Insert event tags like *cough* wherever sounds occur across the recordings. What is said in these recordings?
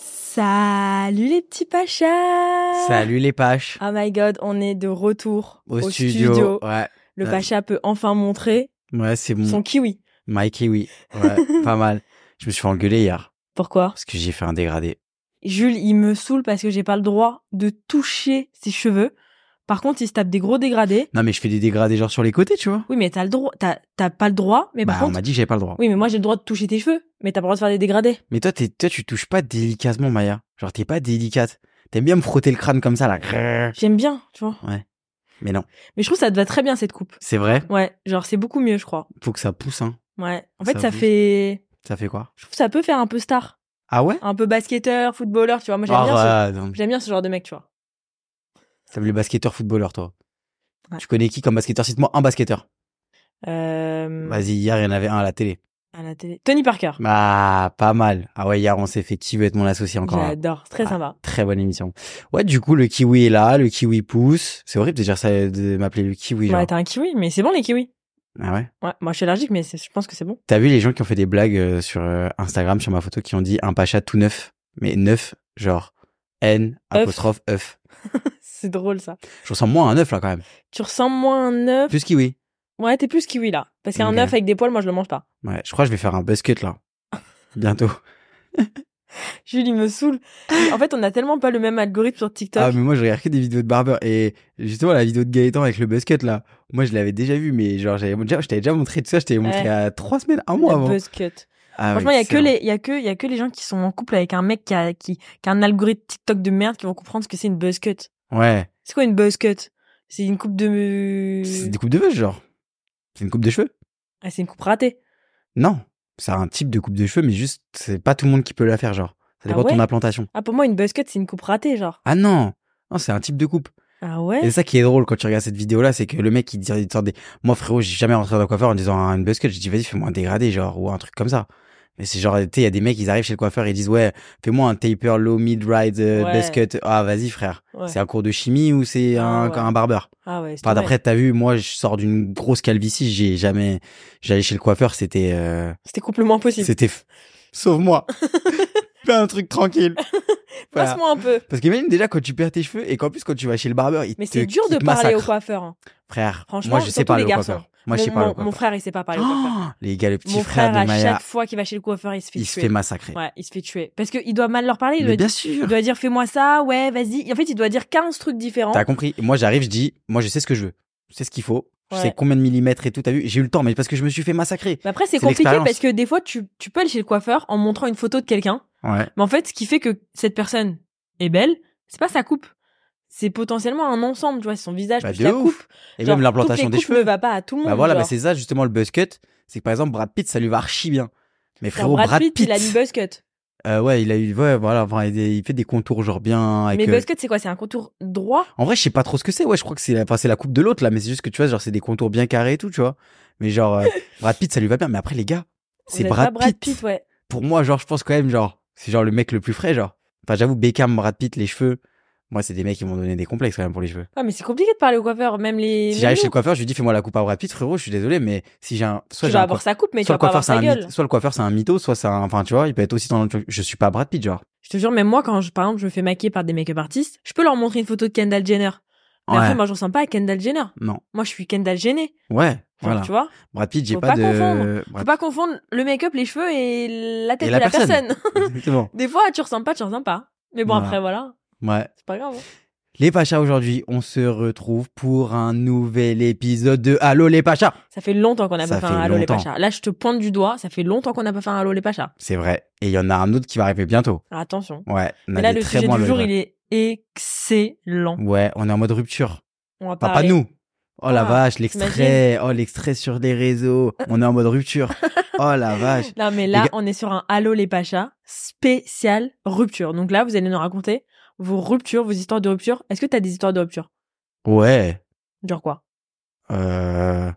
Salut les petits pachas Salut les paches Oh my god, on est de retour au, studio. Ouais, Mm. Le Ouais. pacha peut enfin montrer ouais c'est bon. son kiwi. Mikey, oui. *laughs* Ouais, pas mal. Je me suis fait engueuler hier Pourquoi parce que j'ai fait un dégradé. Jules, il me saoule parce que j'ai pas le droit de toucher ses cheveux. Par contre, il se tape des gros dégradés. Non, mais je fais des dégradés genre sur les côtés, tu vois. Oui, mais t'as le droit, t'as, t'as pas le droit, mais par bah, on contre. m'a dit que j'avais pas le droit. Oui, mais moi j'ai le droit de toucher tes cheveux, mais t'as pas le droit de faire des dégradés. Mais toi, t'es- toi, tu touches pas délicatement, Maya. Genre, t'es pas délicate. T'aimes bien me frotter le crâne comme ça, là. Grrr. J'aime bien, tu vois. Mais non, Mais je trouve que ça te va très bien cette coupe. c'est vrai. Ouais, genre c'est beaucoup mieux, je crois. Faut que ça pousse, hein. Ouais. En fait, Ça ça bouge. fait. Ça fait quoi Je trouve que ça peut faire un peu star. Ah ouais un peu basketteur, footballeur, tu vois. Moi, j'aime bien, ce... Arrête, non. j'aime bien ce genre de mec, tu vois. T'aimes les basketteurs footballeurs, toi. Ouais. Tu connais qui comme basketteur Cite-moi un basketteur. Euh, Vas-y, hier, il y en avait un à la télé. à la télé. Tony Parker. Ah, pas mal. Ah ouais, hier, on s'est fait qui veut être mon associé encore. un. J'adore, c'est très Ah. sympa. Très bonne émission. Ouais, du coup, le kiwi est là, le kiwi pousse. C'est horrible de dire ça, de m'appeler le kiwi. Genre. Ouais, t'as un kiwi, mais c'est bon les kiwis. ah ouais. Ouais, moi je suis allergique, mais c'est- je pense que c'est bon. *laughs* T'as vu les gens qui ont fait des blagues euh, sur euh, Instagram, sur ma photo, qui ont dit un pacha tout neuf, mais neuf, genre N apostrophe œuf. C'est drôle ça. Je ressens moins à un œuf là quand même. Tu ressembles moins à un œuf. Plus kiwi. Ouais, t'es plus kiwi là. Parce qu'un Ok. œuf avec des poils, moi je le mange pas. Ouais, je crois que je vais faire un basket là. Bientôt. Julie me *laughs* saoule. en fait, on a tellement pas le même algorithme sur TikTok. Ah mais moi je regarde que des vidéos de barbeur et justement la vidéo de Gaëtan avec le basket là, moi je l'avais déjà vu mais genre j'avais déjà, je t'avais déjà montré tout ça, je t'avais montré Ouais. à trois semaines, un mois Le avant. buzz cut. Ah, Franchement, il y a que excellent. les, il y a que, il y a que les gens qui sont en couple avec un mec qui a, qui, qui a un algorithme TikTok de merde qui vont comprendre ce que c'est une buzz cut. Ouais. C'est quoi une buzz cut C'est une coupe de. C'est des coupes de cheveux, genre. C'est une coupe de cheveux Ah, c'est une coupe ratée. Non. C'est un type de coupe de cheveux, mais juste, c'est pas tout le monde qui peut la faire, genre. Ça dépend Ah ouais de ton implantation. Ah, pour moi, une buzz cut, c'est une coupe ratée, genre. Ah non Non, c'est un type de coupe. Ah Et ouais c'est ça qui est drôle quand tu regardes cette vidéo-là, c'est que le mec, il dit, il sort des... Moi, frérot, j'ai jamais rentré dans un coiffeur en disant ah, une buzzcut. J'ai dit, vas-y, fais-moi un dégradé, genre, ou un truc comme ça. Mais c'est genre, tu sais, il y a des mecs, ils arrivent chez le coiffeur et ils disent, ouais, fais-moi un taper low mid-ride euh, Ouais. buzzcut. Ah, vas-y, frère. Ouais. C'est un cours de chimie ou c'est Ah un, ouais. un barbeur Ah ouais, c'est Enfin, vrai. d'après, t'as vu, moi, je sors d'une grosse calvitie. J'ai jamais, j'allais chez le coiffeur, c'était, euh, C'était complètement impossible. c'était, f- *laughs* sauve-moi. Fais un truc tranquille. Voilà. Passe-moi un peu. Parce que même déjà quand tu perds tes cheveux et qu'en plus quand tu vas chez le barbeur, il Mais te- c'est dur il de te parler au massacre. coiffeur. hein. Frère, Franchement, moi je sais surtout pas les aller au garçons. coiffeur. Moi je mon, sais pas aller mon- au mon coiffeur. frère, il sait pas parler au coiffeur. Oh, les gars, le petit Mon frère, frère, de à Maya, chaque fois qu'il va chez le coiffeur, il se fait il se tuer. fait massacrer. ouais, il se fait tuer. Parce qu'il doit mal leur parler. Il doit, Mais bien dire, il sûr. doit dire fais-moi ça, ouais, vas-y. En fait, il doit dire 15 trucs différents. T'as compris Moi j'arrive, je dis, moi je sais ce que je veux, je sais ce qu'il faut, je Ouais. sais combien de millimètres et tout. T'as vu J'ai eu le temps, mais parce que je me suis fait massacrer. Mais après, c'est C'est compliqué l'expérience. parce que des fois, tu, tu peux aller chez le coiffeur en montrant une photo de quelqu'un. Ouais. Mais en fait, ce qui fait que cette personne est belle, c'est pas sa coupe. C'est potentiellement un ensemble, tu vois, son visage Bah, plus de la ouf. coupe. Et Genre, même l'implantation toutes les des coupes cheveux. ne va pas à tout le monde. Bah voilà, genre. bah c'est ça justement le buzz cut. C'est que par exemple Brad Pitt, ça lui va archi bien. Mais Genre, frérot, Brad, Pitt, il a une buzz cut. euh, ouais, il a eu, ouais, voilà, enfin, il, il fait des contours genre bien. Avec, Mais euh, buzz cut, c'est quoi C'est un contour droit En vrai, je sais pas trop ce que c'est. Ouais, je crois que c'est, la- enfin, c'est la coupe de l'autre là, mais c'est juste que tu vois, genre c'est des contours bien carrés et tout, tu vois. Mais *laughs* genre euh, Brad Pitt, ça lui va bien. Mais après les gars, c'est Vous êtes Brad, pas Brad Pitt. Pitt, ouais. Pour moi, genre, je pense quand même genre, c'est genre le mec le plus frais, genre. Enfin, j'avoue, Beckham, Brad Pitt, les cheveux. Moi, c'est des mecs qui m'ont donné des complexes quand même pour les cheveux. Ouais, mais c'est compliqué de parler au coiffeur, même les. si même j'arrive chez nous. le coiffeur, je lui dis fais-moi la coupe à Brad Pitt, frérot. Je suis désolé, mais si j'ai un, soit tu j'ai vas un avoir sa coupe, mais tu vas soit le pas avoir coiffeur c'est sa un gueule. mythe- soit le coiffeur c'est un mytho soit c'est un enfin tu vois il peut être aussi dans le... je suis pas Brad Pitt genre Je te jure, même moi, quand je, par exemple, je me fais maquiller par des make-up artistes, je peux leur montrer une photo de Kendall Jenner. Mais ouais après, moi, je ressemble pas à Kendall Jenner. non Moi, je suis Kendall Jenner. ouais Genre, voilà Tu vois Brad Pitt j'ai Faut pas, pas de confondre. Brad- Faut pas confondre le make-up, les cheveux et la tête Et de la la personne. personne. *laughs* *laughs* exactement Des fois, tu ressembles pas, tu ressembles pas. Mais bon, Voilà. après, voilà. ouais C'est pas grave. hein. les Pachas aujourd'hui on se retrouve pour un nouvel épisode de Allô les Pachas Ça fait longtemps qu'on n'a pas Ça fait fait un Halo les longtemps. Pachas. Là, je te pointe du doigt. Ça fait longtemps qu'on n'a pas fait un Halo les Pachas. c'est vrai et il y en a un autre qui va arriver bientôt Alors, attention. ouais on Mais a là, des le très sujet bons du Allo jour, les il est excellent. Pachas. ouais on est en mode rupture On va Enfin, parler- pas nous Oh la Ah, vache, l'extrait. Oh, l'extrait sur les réseaux. On est en *laughs* mode rupture. oh la vache. Non, mais là, gars- on est sur un Allô les Pachas spécial rupture. Donc là, vous allez nous raconter vos ruptures, vos histoires de rupture. Est-ce que t'as des histoires de rupture Ouais. Genre quoi Euh...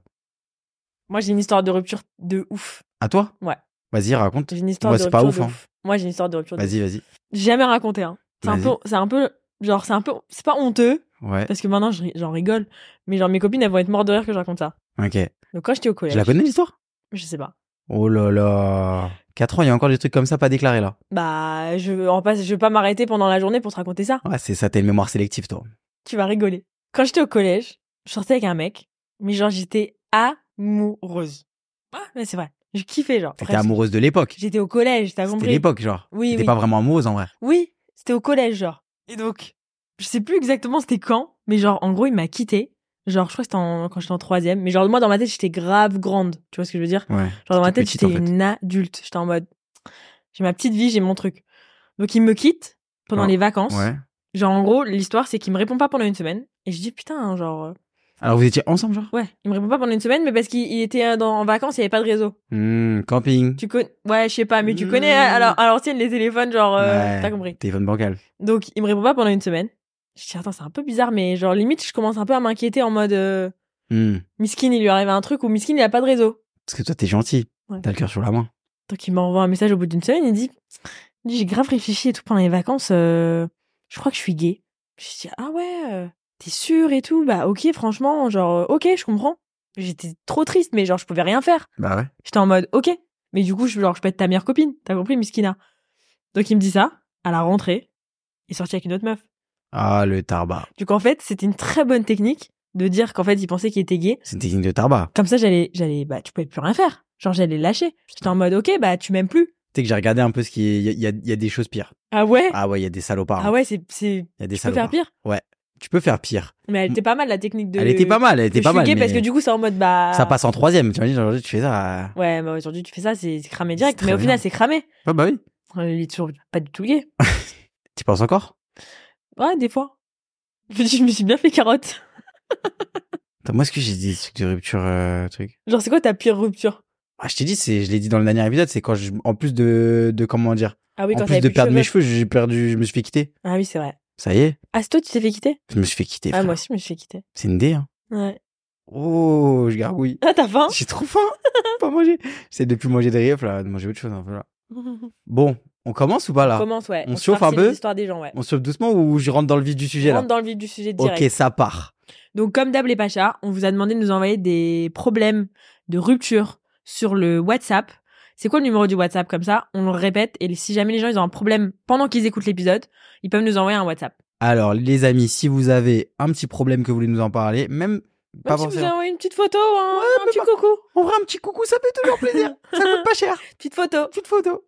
Moi, j'ai une histoire de rupture de ouf. À toi Ouais. Vas-y, raconte. J'ai une histoire Moi, de c'est rupture. pas de ouf, hein. Moi, j'ai une histoire de rupture de ouf. Vas-y, vas-y. J'ai jamais raconté, hein. C'est un Vas-y. peu, c'est un peu, genre, c'est un peu, c'est pas honteux, Ouais. parce que maintenant, je ri- j'en rigole. Mais genre, mes copines, elles vont être mortes de rire que je raconte ça. Ok. Donc, quand j'étais au collège. Je la connais l'histoire Je sais pas. Oh là là. 4 ans, il y a encore des trucs comme ça pas déclarés là. Bah, je veux, en passe- je veux pas m'arrêter pendant la journée pour te raconter ça. Ouais, c'est ça, t'as une mémoire sélective, toi. Tu vas rigoler. Quand j'étais au collège, je sortais avec un mec, mais genre, j'étais amoureuse. Ah, mais c'est vrai. Je kiffais, genre. T'étais Bref, amoureuse de l'époque. J'étais au collège, t'as C'était compris. l'époque, genre. Oui, T'étais oui. pas vraiment amoureuse en vrai. Oui, c'était au collège, genre. Et donc, je sais plus exactement c'était quand, mais genre, en gros, il m'a quitté. Genre, je crois que c'était en- quand j'étais en troisième. Mais genre, moi, dans ma tête, j'étais grave grande. Tu vois ce que je veux dire Ouais. Genre, dans ma tête, petite, en j'étais fait. une adulte. J'étais en mode, j'ai ma petite vie, j'ai mon truc. Donc, il me quitte pendant Oh, les vacances. Ouais. Genre, en gros, l'histoire, c'est qu'il me répond pas pendant une semaine. Et je dis, putain, genre, euh, Alors vous étiez ensemble, genre ouais, il me répond pas pendant une semaine, mais parce qu'il il était euh, dans, en vacances, il y avait pas de réseau. Hmm, Camping. Tu connais, ouais, je sais pas, mais tu Mm. connais à, à à l'ancienne les téléphones, genre, euh, Ouais. t'as compris. Téléphone bancal. Donc, il me répond pas pendant une semaine. Je dis, attends, c'est un peu bizarre, mais genre, limite, je commence un peu à m'inquiéter en mode, euh, Hmm. Miskin, il lui arrive un truc ou Miskin, il a pas de réseau. Parce que toi, t'es gentil. Ouais. T'as le cœur sur la main. Donc, il m'envoie un message au bout d'une semaine, il dit, il dit, j'ai grave réfléchi et tout pendant les vacances, euh, je crois que je suis gay. Je dis, ah ouais, euh, t'es sûr et tout, bah ok, franchement, genre, euh, ok, je comprends. J'étais trop triste, mais genre, je pouvais rien faire. Bah ouais. J'étais en mode, ok, mais du coup, je, genre, je peux être ta meilleure copine, t'as compris, Miskina. Donc, il me dit ça, à la rentrée, il est sorti avec une autre meuf. Ah, le tarba. Donc en fait, c'était une très bonne technique de dire qu'en fait, il pensait qu'il était gay. C'est une technique de tarba. Comme ça, j'allais, j'allais, bah, tu pouvais plus rien faire. Genre, j'allais le lâcher. J'étais en mode, ok, bah, tu m'aimes plus. Tu sais que j'ai regardé un peu ce qui est. Il y a- il y, a- il y a des choses pires. Ah ouais? Ah ouais, il y a des salopards. Ah ouais, c'est, c'est, Il y a des tu peux faire salopards. pire. Tu peux faire pire. Mais elle était pas mal, la technique de. Mm. Elle était pas mal, elle de était pas je suis mal. gay mais parce que du coup, c'est en mode, bah. Ça passe en troisième. Tu imagines, aujourd'hui, tu fais ça. euh, Ouais, mais aujourd'hui, tu fais ça, c'est c'est cramé direct. C'est Mais très au final, bien. c'est cramé. Ah bah oui. Il est toujours pas du tout gay. Tu penses encore Ouais, des fois. *laughs* Je me suis- je me suis bien fait carotte. Attends, moi, est-ce que j'ai dit des trucs de rupture, euh, truc Genre, c'est quoi ta pire rupture? Ah, je t'ai dit, c'est, je l'ai dit dans le dernier épisode, c'est quand je, en plus de, de comment dire, Ah oui, en quand plus t'avais de plus perdre mes cheveux, j'ai perdu, je me suis fait quitter. Ah oui, c'est vrai. Ça y est, Ah, c'est toi, tu t'es fait quitter? je me suis fait quitter. Ah, frère. moi aussi, je me suis fait quitter. C'est une dé, hein. Ouais. Oh, je gargouille. Ah, t'as faim? J'ai trop faim. *laughs* pas manger. J'essaie de plus manger des rires, là, de manger autre chose, un peu, là. Bon, on commence ou pas, là? commence, ouais. Ah. on se chauffe un farcit les peu. histoires des gens, ouais. On se chauffe doucement ou je rentre dans le vif du sujet, On là? rentre dans le vif du sujet direct. Ok, ça part. Donc, comme d'hab les Pachas, on vous a demandé de nous envoyer des problèmes de rupture sur le WhatsApp. C'est quoi le numéro du WhatsApp Comme ça, on le répète. Et si jamais les gens ils ont un problème pendant qu'ils écoutent l'épisode, ils peuvent nous envoyer un WhatsApp. Alors, les amis, si vous avez un petit problème que vous voulez nous en parler, même, pas Même si vous forcément. avez envoyé une petite photo, un, un petit coucou. On fera un petit coucou, ça fait toujours plaisir. ça coûte pas cher. Petite photo. *laughs* Petite photo.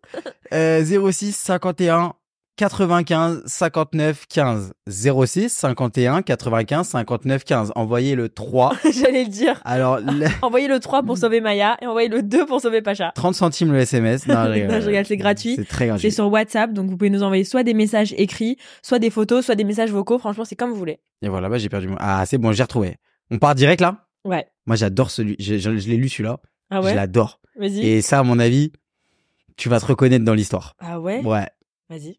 Euh, 06 51 95 59 15. 06 51 95 59 15. Envoyez le 3. J'allais le dire. *laughs* Alors, le- Envoyez le 3 pour sauver Maya et envoyez le 2 pour sauver Pacha. 30 centimes le SMS. Non, Non, je rigole, c'est gratuit. C'est très gratuit. C'est sur WhatsApp, donc vous pouvez nous envoyer soit des messages écrits, soit des photos, soit des messages vocaux. Franchement, c'est comme vous voulez. Et voilà, bah, j'ai perdu mon. Ah, c'est bon, j'ai retrouvé. On part direct là Ouais. Moi, j'adore celui. Je, je- je l'ai lu celui-là. Ah Je ouais l'adore. Vas-y. Et ça, à mon avis, tu vas te reconnaître dans l'histoire. Ah ouais Ouais. Vas-y.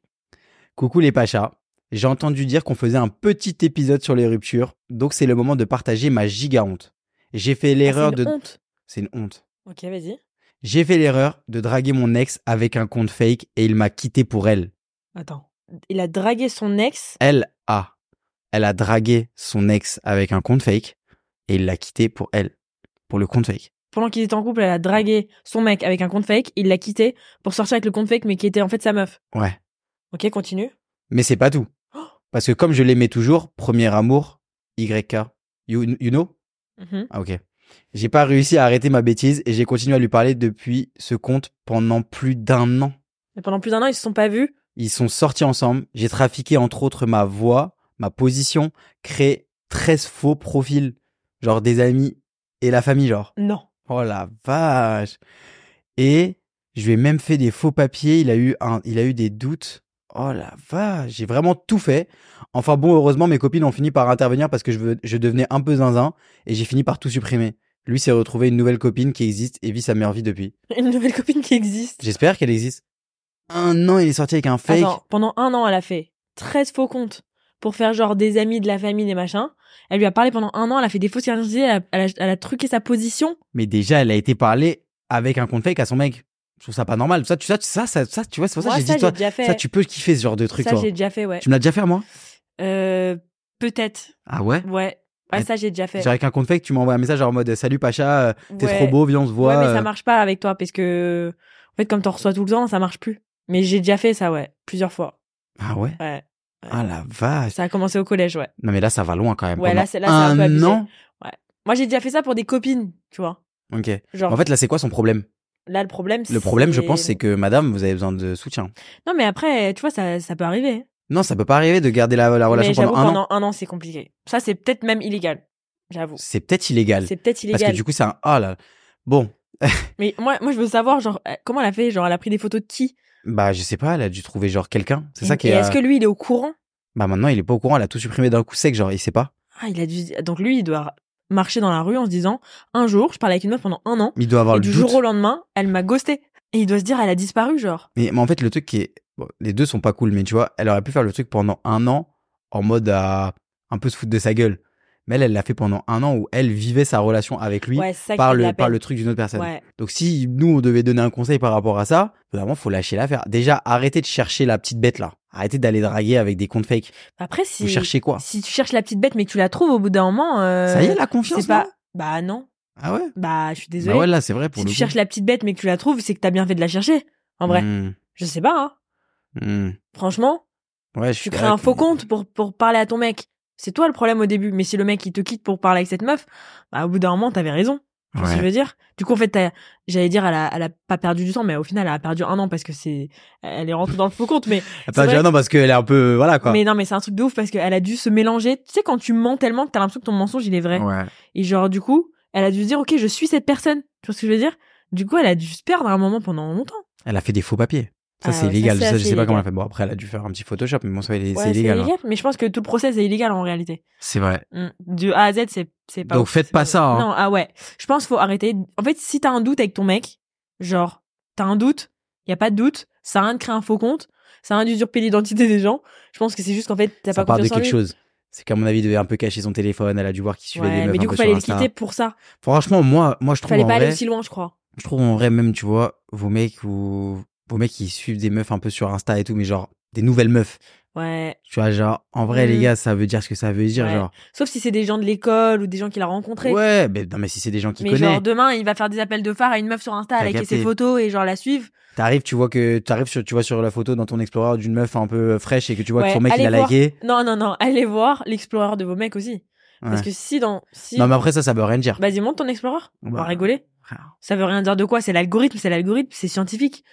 Coucou les Pachas. J'ai entendu dire qu'on faisait un petit épisode sur les ruptures, donc c'est le moment de partager ma giga honte. J'ai fait l'erreur Ah, c'est de. une honte. C'est une honte. Ok, vas-y. J'ai fait l'erreur de draguer mon ex avec un compte fake et il m'a quitté pour elle. Attends. Il a dragué son ex. Elle a. Elle a dragué son ex avec un compte fake et il l'a quitté pour elle. Pour le compte fake. Pendant qu'il était en couple, elle a dragué son mec avec un compte fake. Il l'a quitté pour sortir avec le compte fake, mais qui était en fait sa meuf. Ouais. Ok, continue. Mais c'est pas tout. Oh Parce que comme je l'aimais toujours, premier amour, YK. You, you know? Mhm. Ah ok. J'ai pas réussi à arrêter ma bêtise et j'ai continué à lui parler depuis ce compte pendant plus d'un an. Et pendant plus d'un an, ils se sont pas vus. Ils sont sortis ensemble. J'ai trafiqué entre autres ma voix, ma position, créé 13 faux profils, genre des amis et la famille, genre. Non. *laughs* Oh la vache. Et je lui ai même fait des faux papiers. Il a eu un, il a eu des doutes. oh la vache, j'ai vraiment tout fait. Enfin bon, heureusement, mes copines ont fini par intervenir parce que je, veux- je devenais un peu zinzin et j'ai fini par tout supprimer. Lui s'est retrouvé une nouvelle copine qui existe et vit sa meilleure vie depuis. Une nouvelle copine qui existe. J'espère qu'elle existe. Un an, il est sorti avec un fake. Attends, pendant un an, elle a fait 13 faux comptes pour faire genre des amis de la famille, des machins. Elle lui a parlé pendant un an, elle a fait des fausses identités, elle a, elle a- elle a truqué sa position. Mais déjà, elle a été parlée avec un compte fake à son mec. Je trouve ça pas normal. Ça, tu, ça, tu- ça, ça, ça, tu vois, c'est pour ça Moi, que j'ai dit, toi, déjà fait. ça, tu peux kiffer ce genre de truc, Ça, toi. j'ai déjà fait, ouais. Tu me l'as déjà fait, moi Euh, peut-être. Ah ouais Ouais. Ouais, Mais- ça, j'ai déjà fait. Genre, avec un compte fake, tu m'envoies un message genre en mode Salut Pacha, euh, t'es Ouais. trop beau, viens, on se voit. Ouais, mais ça euh. marche pas avec toi parce que, en fait, comme t'en reçois tout le temps, ça marche plus. Mais j'ai déjà fait ça, ouais. Plusieurs fois. Ah ouais Ouais. Ah la vache. Ça a commencé au collège, ouais. Non, mais là, ça va loin quand même. Ouais, Pendant là, c'est- là, c'est un peu abusé. an Moi, j'ai déjà fait ça pour des copines, tu vois. Ok. Genre, En fait, là, c'est quoi son problème là, le problème, Le problème, je pense, c'est que madame, vous avez besoin de soutien. Non, mais après, tu vois, ça, ça peut arriver. hein. Non, ça peut pas arriver de garder la, la mais relation j'avoue, pendant un an. pendant un an, c'est compliqué. Ça, c'est peut-être même illégal. J'avoue. C'est peut-être illégal. C'est peut-être Parce que illégal. du coup, c'est un. Ah là. Bon, Mais moi, moi, je veux savoir, genre, euh, comment elle a fait Genre, elle a pris des photos de qui bah, je sais pas, elle a dû trouver genre quelqu'un. C'est Et- ça qui Et est. est-ce euh, que lui, il est au courant Bah, maintenant, il est pas au courant, elle a tout supprimé d'un coup sec, genre, il sait pas. Ah, il a dû. Donc lui, il doit marcher dans la rue en se disant un jour, je parlais avec une meuf pendant un an, Il doit avoir et le du doute. jour au lendemain, elle m'a ghosté. Et il doit se dire, elle a disparu, genre. Mais, mais en fait, le truc qui est. bon, les deux sont pas cool, mais tu vois, elle aurait pu faire le truc pendant un an en mode à un peu se foutre de sa gueule. Mais elle, elle l'a fait pendant un an où elle vivait sa relation avec lui ouais, c'est ça qui par, fait de le, la par peine. le truc d'une autre personne. Ouais. Donc si nous on devait donner un conseil par rapport à ça, vraiment faut lâcher l'affaire. Déjà arrêtez de chercher la petite bête là. Arrêtez d'aller draguer avec des comptes fake. Après, si Vous cherchez quoi si tu cherches la petite bête, mais que tu la trouves au bout d'un moment, euh, Ça y est la confiance c'est pas. non Bah non. Ah ouais. Bah, je suis désolée. Bah ouais là c'est vrai pour si le tu coup. cherches la petite bête, mais que tu la trouves, c'est que t'as bien fait de la chercher. En vrai, Hmm, je sais pas. Hein. hmm. Franchement, Ouais, je tu suis crées un avec- faux compte pour pour parler à ton mec. C'est toi le problème au début. Mais si le mec il te quitte pour parler avec cette meuf, bah au bout d'un moment, t'avais raison. Tu vois ce que je Ouais. veux dire Du coup, en fait, t'as- j'allais dire, elle a, elle a pas perdu du temps, mais au final, elle a perdu un an parce que c'est, elle est rentrée dans le faux compte. Mais, Attends, vrai déjà, non parce qu'elle est un peu voilà quoi. mais non, mais c'est un truc de ouf parce qu'elle a dû se mélanger. Tu sais, quand tu mens tellement que t'as l'impression que ton mensonge il est vrai. Ouais. Et genre, du coup, elle a dû se dire, ok, je suis cette personne. Tu vois ce que je veux dire Du coup, elle a dû se perdre à un moment pendant longtemps. Elle a fait des faux papiers. Ça Ah c'est ouais, ça, illégal. c'est Ça, je assez sais pas illégal. comment elle a fait. Bon après elle a dû faire un petit Photoshop mais bon ça il est- c'est Ouais, illégal. hein. Mais je pense que tout le process est illégal en réalité. C'est vrai. Mm. De A à Z, c'est, c'est pas. Donc ouf. faites pas ça. hein. Non, ah ouais. Je pense qu'il faut arrêter. En fait, si t'as un doute avec ton mec, genre, t'as un doute, y a pas de doute, ça a rien de créer un faux compte, ça a rien d'usurper l'identité des gens. Je pense que c'est juste qu'en fait, t'as Ça pas part de confiance en quelque lui. chose. C'est qu'à mon avis, il devait un peu cacher son téléphone. Elle a dû voir qu'il suivait Ouais, des meufs mais un du coup, peu fallait sur le Insta. quitter pour ça. Franchement, moi, moi, je trouve Fallait en pas aller vrai- aussi loin, je crois. je trouve en vrai même tu vois vos mecs ou vos mecs qui suivent des meufs un peu sur Insta et tout mais genre des nouvelles meufs Ouais. tu vois genre en vrai Mhm. les gars ça veut dire ce que ça veut dire Ouais. genre Sauf si c'est des gens de l'école ou des gens qu'il a rencontrés. ouais mais non mais si c'est des gens qui mais connaissent genre, demain, il va faire des appels de phare à une meuf sur Insta, T'as liker capté. ses photos et genre la suivre. t'arrives tu vois que t'arrives sur tu vois sur la photo dans ton explorer d'une meuf un peu fraîche et que tu vois Ouais, que son mec il allez a voir. liké Non, non, non. Allez voir l'explorer de vos mecs aussi. Parce Ouais. que si dans. Si... non mais après ça ça veut rien dire Vas-y, monte ton explorer. On va Bah, rigoler. Ça veut rien dire de quoi, c'est l'algorithme, c'est l'algorithme, c'est scientifique.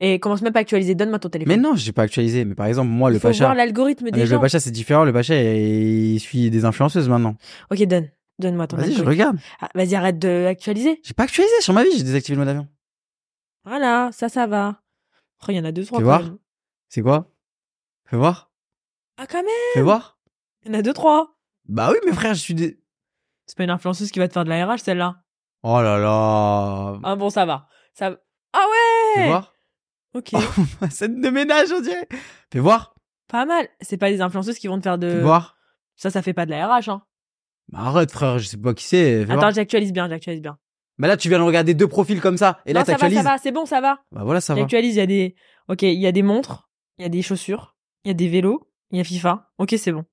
Et commence même pas à actualiser, donne-moi ton téléphone. mais non j'ai pas actualisé mais par exemple moi Il le faut voir pacha Euh, l'algorithme des le gens. pacha c'est différent le pacha il il suit des influenceuses maintenant Ok, donne. Donne-moi ton vas-y je algorithme. regarde Ah, Vas-y, arrête d'actualiser. j'ai pas actualisé sur ma vie j'ai désactivé le mode avion Voilà, ça, ça va. Oh, il y en a deux, trois. Fais quand voir. même. c'est quoi fais voir Ah, quand même fais voir Il y en a deux, trois. Bah oui, mais frère, je suis des. C'est pas une influenceuse qui va te faire de la RH, celle-là. Oh là là. Ah bon, ça va. Ça... va. Ah ouais Fais voir. *laughs* Ok, Scène de ménage, on dirait. Fais voir. pas mal. C'est pas des influenceuses qui vont te faire Fais de... voir. Ça, ça fait pas de la RH, hein. Bah arrête, frère, je sais pas qui c'est. Fais Attends, voir. j'actualise bien, j'actualise bien. Bah là, tu viens de regarder deux profils comme ça. Et là, non, ça va, ça t'actualises. va, c'est bon, ça va. Bah voilà, ça va. J'actualise, il y a des OK, il y a des montres, il y a des chaussures, il y a des vélos, il y a FIFA. OK, c'est bon.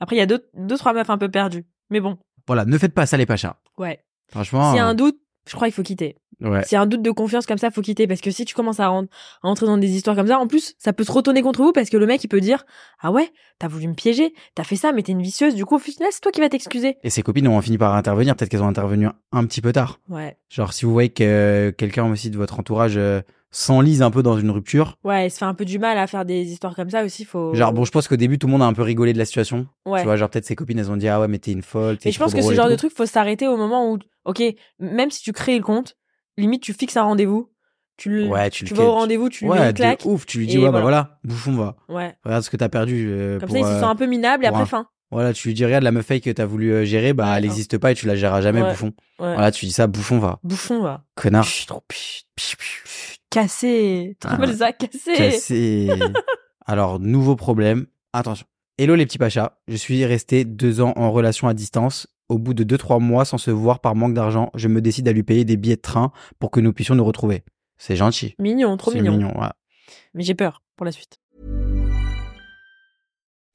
Après il y a deux deux trois meufs un peu perdues. Mais bon, Voilà, ne faites pas ça, les pachas. ouais. Franchement. S'il y a un euh, doute, je crois qu'il faut quitter. Ouais. S'il y a un doute de confiance comme ça, faut quitter parce que si tu commences à, rentrer entrer dans des histoires comme ça, en plus, ça peut se retourner contre vous parce que le mec il peut dire "Ah ouais, t'as voulu me piéger, t'as fait ça mais t'es une vicieuse." Du coup, au final, c'est toi qui vas t'excuser. Et ses copines ont fini par intervenir. Peut-être qu'elles ont intervenu un petit peu tard. Ouais. Genre, si vous voyez que euh, quelqu'un aussi de votre entourage euh, s'enlise un peu dans une rupture. Ouais, il se fait un peu du mal à faire des histoires comme ça aussi, faut Genre, bon, je pense qu'au début, tout le monde a un peu rigolé de la situation. Oh. ouais. Tu vois, genre, peut-être ses copines, elles ont dit, ah ouais, mais t'es une folle. t'es Mais je trop pense que ce drôle et genre de tout. truc, faut s'arrêter au moment où, ok, même si tu crées le compte, limite tu fixes un rendez-vous, Tu, le- Ouais, tu tu, le vas au catch. rendez-vous, tu lui mets ouais, une claque. de ouf. Tu lui et dis, ouais, bah voilà. voilà, bouffon, va. Ouais. Regarde ce que t'as perdu. euh, Comme pour, ça, ils se euh, sont un peu minables et pour après, un- fin. Voilà, tu lui dis, regarde la meuf fake que t'as voulu euh, gérer, bah elle Ouais. n'existe pas et tu la géreras jamais, Ouais. bouffon. Ouais. Voilà, tu dis ça, bouffon, va. Bouffon, va. Connard. Pfff, trop pfff, pfff, pfff. Cassé. Trop Ah mal ouais. ça, *laughs* cassé. *laughs* Cassé. Alors, nouveau problème. Attention. Hello les petits pachas. Je suis resté deux ans en relation à distance. Au bout de deux, trois mois sans se voir par manque d'argent, je me décide à lui payer des billets de train pour que nous puissions nous retrouver. C'est gentil. Mignon, trop C'est mignon. ouais. Mais j'ai peur pour la suite.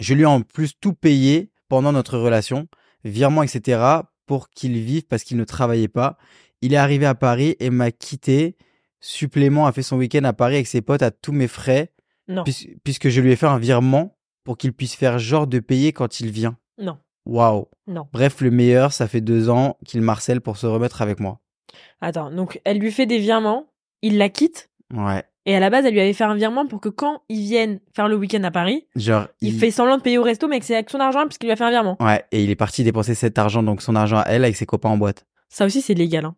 Je lui ai en plus tout payé pendant notre relation, virement, etc., pour qu'il vive parce qu'il ne travaillait pas. Il est arrivé à Paris et m'a quitté. Supplément a fait son week-end à Paris avec ses potes à tous mes frais, Non. puis- puisque je lui ai fait un virement pour qu'il puisse faire genre de payer quand il vient. Non. Waouh. Non. Bref, le meilleur, ça fait deux ans qu'il marcelle pour se remettre avec moi. Attends, donc elle lui fait des virements, il la quitte, Ouais. et à la base, elle lui avait fait un virement pour que quand ils viennent faire le week-end à Paris, Genre, il, fait semblant de payer au resto, mais que c'est avec son argent, puisqu'il lui a fait un virement. Ouais, et il est parti dépenser cet argent, donc son argent à elle, avec ses copains en boîte. Ça aussi, c'est légal. Hein.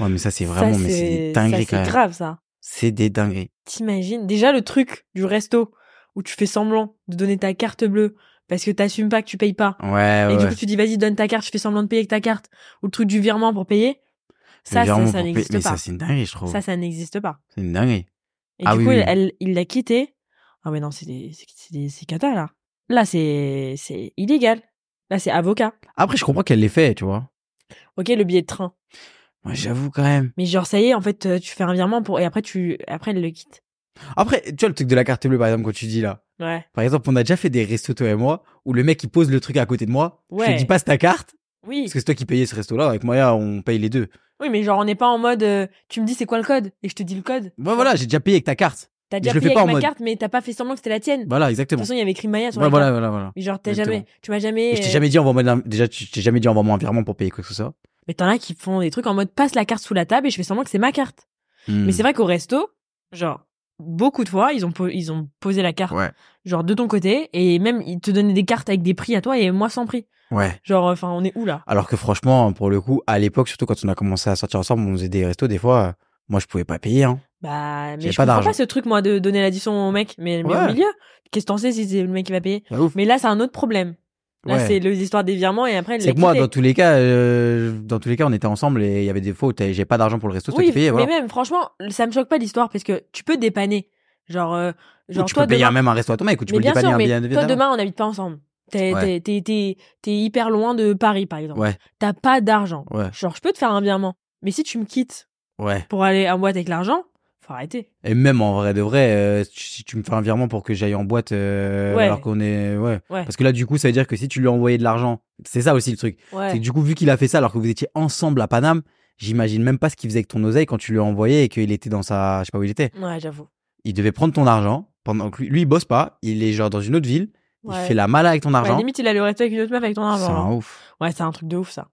Ouais, mais ça, c'est vraiment, ça, mais c'est des ça, dingueries c'est quand même. grave, ça. C'est des dingueries. T'imagines Déjà, le truc du resto où tu fais semblant de donner ta carte bleue parce que t'assumes pas que tu payes pas. Ouais, Et Ah ouais. du coup, tu dis, vas-y, donne ta carte, je fais semblant de payer avec ta carte. Ou le truc du virement pour payer. Ça, Mais ça, vraiment, ça pour payer- n'existe Mais pas. ça, c'est une dinguerie, je trouve. Ça, ça n'existe pas. C'est une dinguerie. Et Ah du oui, coup, oui. elle, il l'a quitté. Ah mais non, c'est des, c'est- c'est des, c'est cata là. Là, c'est, c'est illégal. Là, c'est avocat. Après, je comprends qu'elle l'ait fait, tu vois. Ok, le billet de train. Ouais, j'avoue quand même. Mais genre, ça y est, en fait, euh, tu fais un virement pour, et après, tu, après, elle le quitte. Après, tu vois, le truc de la carte bleue, par exemple, quand tu dis là. Ouais. Par exemple, on a déjà fait des restos, toi et moi, où le mec, il pose le truc à côté de moi. Je Ouais. te dis, passe ta carte. Oui. Parce que c'est toi qui payais ce resto-là. Avec moi, on paye les deux. Oui, mais genre, on n'est pas en mode, euh, tu me dis c'est quoi le code, et je te dis le code. Bah voilà, j'ai déjà payé avec ta carte. T'as je déjà le fais payé pas avec en ma mode- carte, mais t'as pas fait semblant que c'était la tienne. De Voilà, toute exactement. façon, il y avait écrit Maya sur Ouais, la voilà, carte. voilà, voilà. Mais genre, t'as Exactement. jamais, tu m'as jamais. Et je t'ai euh, jamais dit, envoie-moi de l'in- déjà, tu- je t'ai jamais dit, envoie-moi un virement pour payer quoi que ce soit. Mais t'en as qui font des trucs en mode, passe la carte sous la table et je fais semblant que c'est ma carte. Hmm. Mais c'est vrai qu'au resto, genre, beaucoup de fois, ils ont, po- ils ont posé la carte, Ouais. genre, de ton côté, et même, ils te donnaient des cartes avec des prix à toi et moi sans prix. Ouais. Genre, enfin, on est où là Alors que franchement, pour le coup, à l'époque, surtout quand on a commencé à sortir ensemble, on faisait des restos, des fois, euh, moi, je pouvais pas payer, hein. Bah, mais J'ai je pas comprends d'argent. pas ce truc, moi, de donner l'addition au mec, mais, mais au Ouais. milieu. Qu'est-ce que t'en sais si c'est le mec qui va payer Pas ouf. Mais là, c'est un autre problème. Là, Ouais. c'est les histoires des virements et après, elle C'est l'a que moi, quitté. dans tous les cas, euh, dans tous les cas, on était ensemble et il y avait des fois où t'avais- j'ai pas d'argent pour le resto, c'est Oui, toi qui payais, voilà. mais même, franchement, ça me choque pas l'histoire, parce que tu peux dépanner. Genre, euh, genre, Ou tu toi, peux payer demain- même un resto à ton mec, ou tu mais peux bien le dépanner sûr, un mais billet de toi, d'avion. demain, on n'habite pas ensemble. T'es t'es- Ouais. t'es- t'es- t'es hyper loin de Paris, par exemple. Ouais, T'as pas d'argent. ouais, Genre, je peux te faire un virement. Mais si tu me quittes ouais. pour aller en boîte avec l'argent, faut arrêter. Et même en vrai de vrai, euh, tu- si tu me fais un virement pour que j'aille en boîte, euh, Ouais. alors qu'on est, ouais. Ouais. Parce que là, du coup, ça veut dire que si tu lui as envoyé de l'argent, c'est ça aussi le truc. C'est Ouais. que du coup, vu qu'il a fait ça alors que vous étiez ensemble à Paname, j'imagine même pas ce qu'il faisait avec ton oseille quand tu lui as envoyé et qu'il était dans sa, je sais pas où il était. Ouais, j'avoue. Il devait prendre ton argent pendant que lui, lui, il bosse pas, il est genre dans une autre ville, Ouais. il fait la mala avec ton Ouais, argent. limite, hein, il allait rester avec une autre meuf avec ton c'est un argent. ouf. Ouais, c'est un truc de ouf, ça.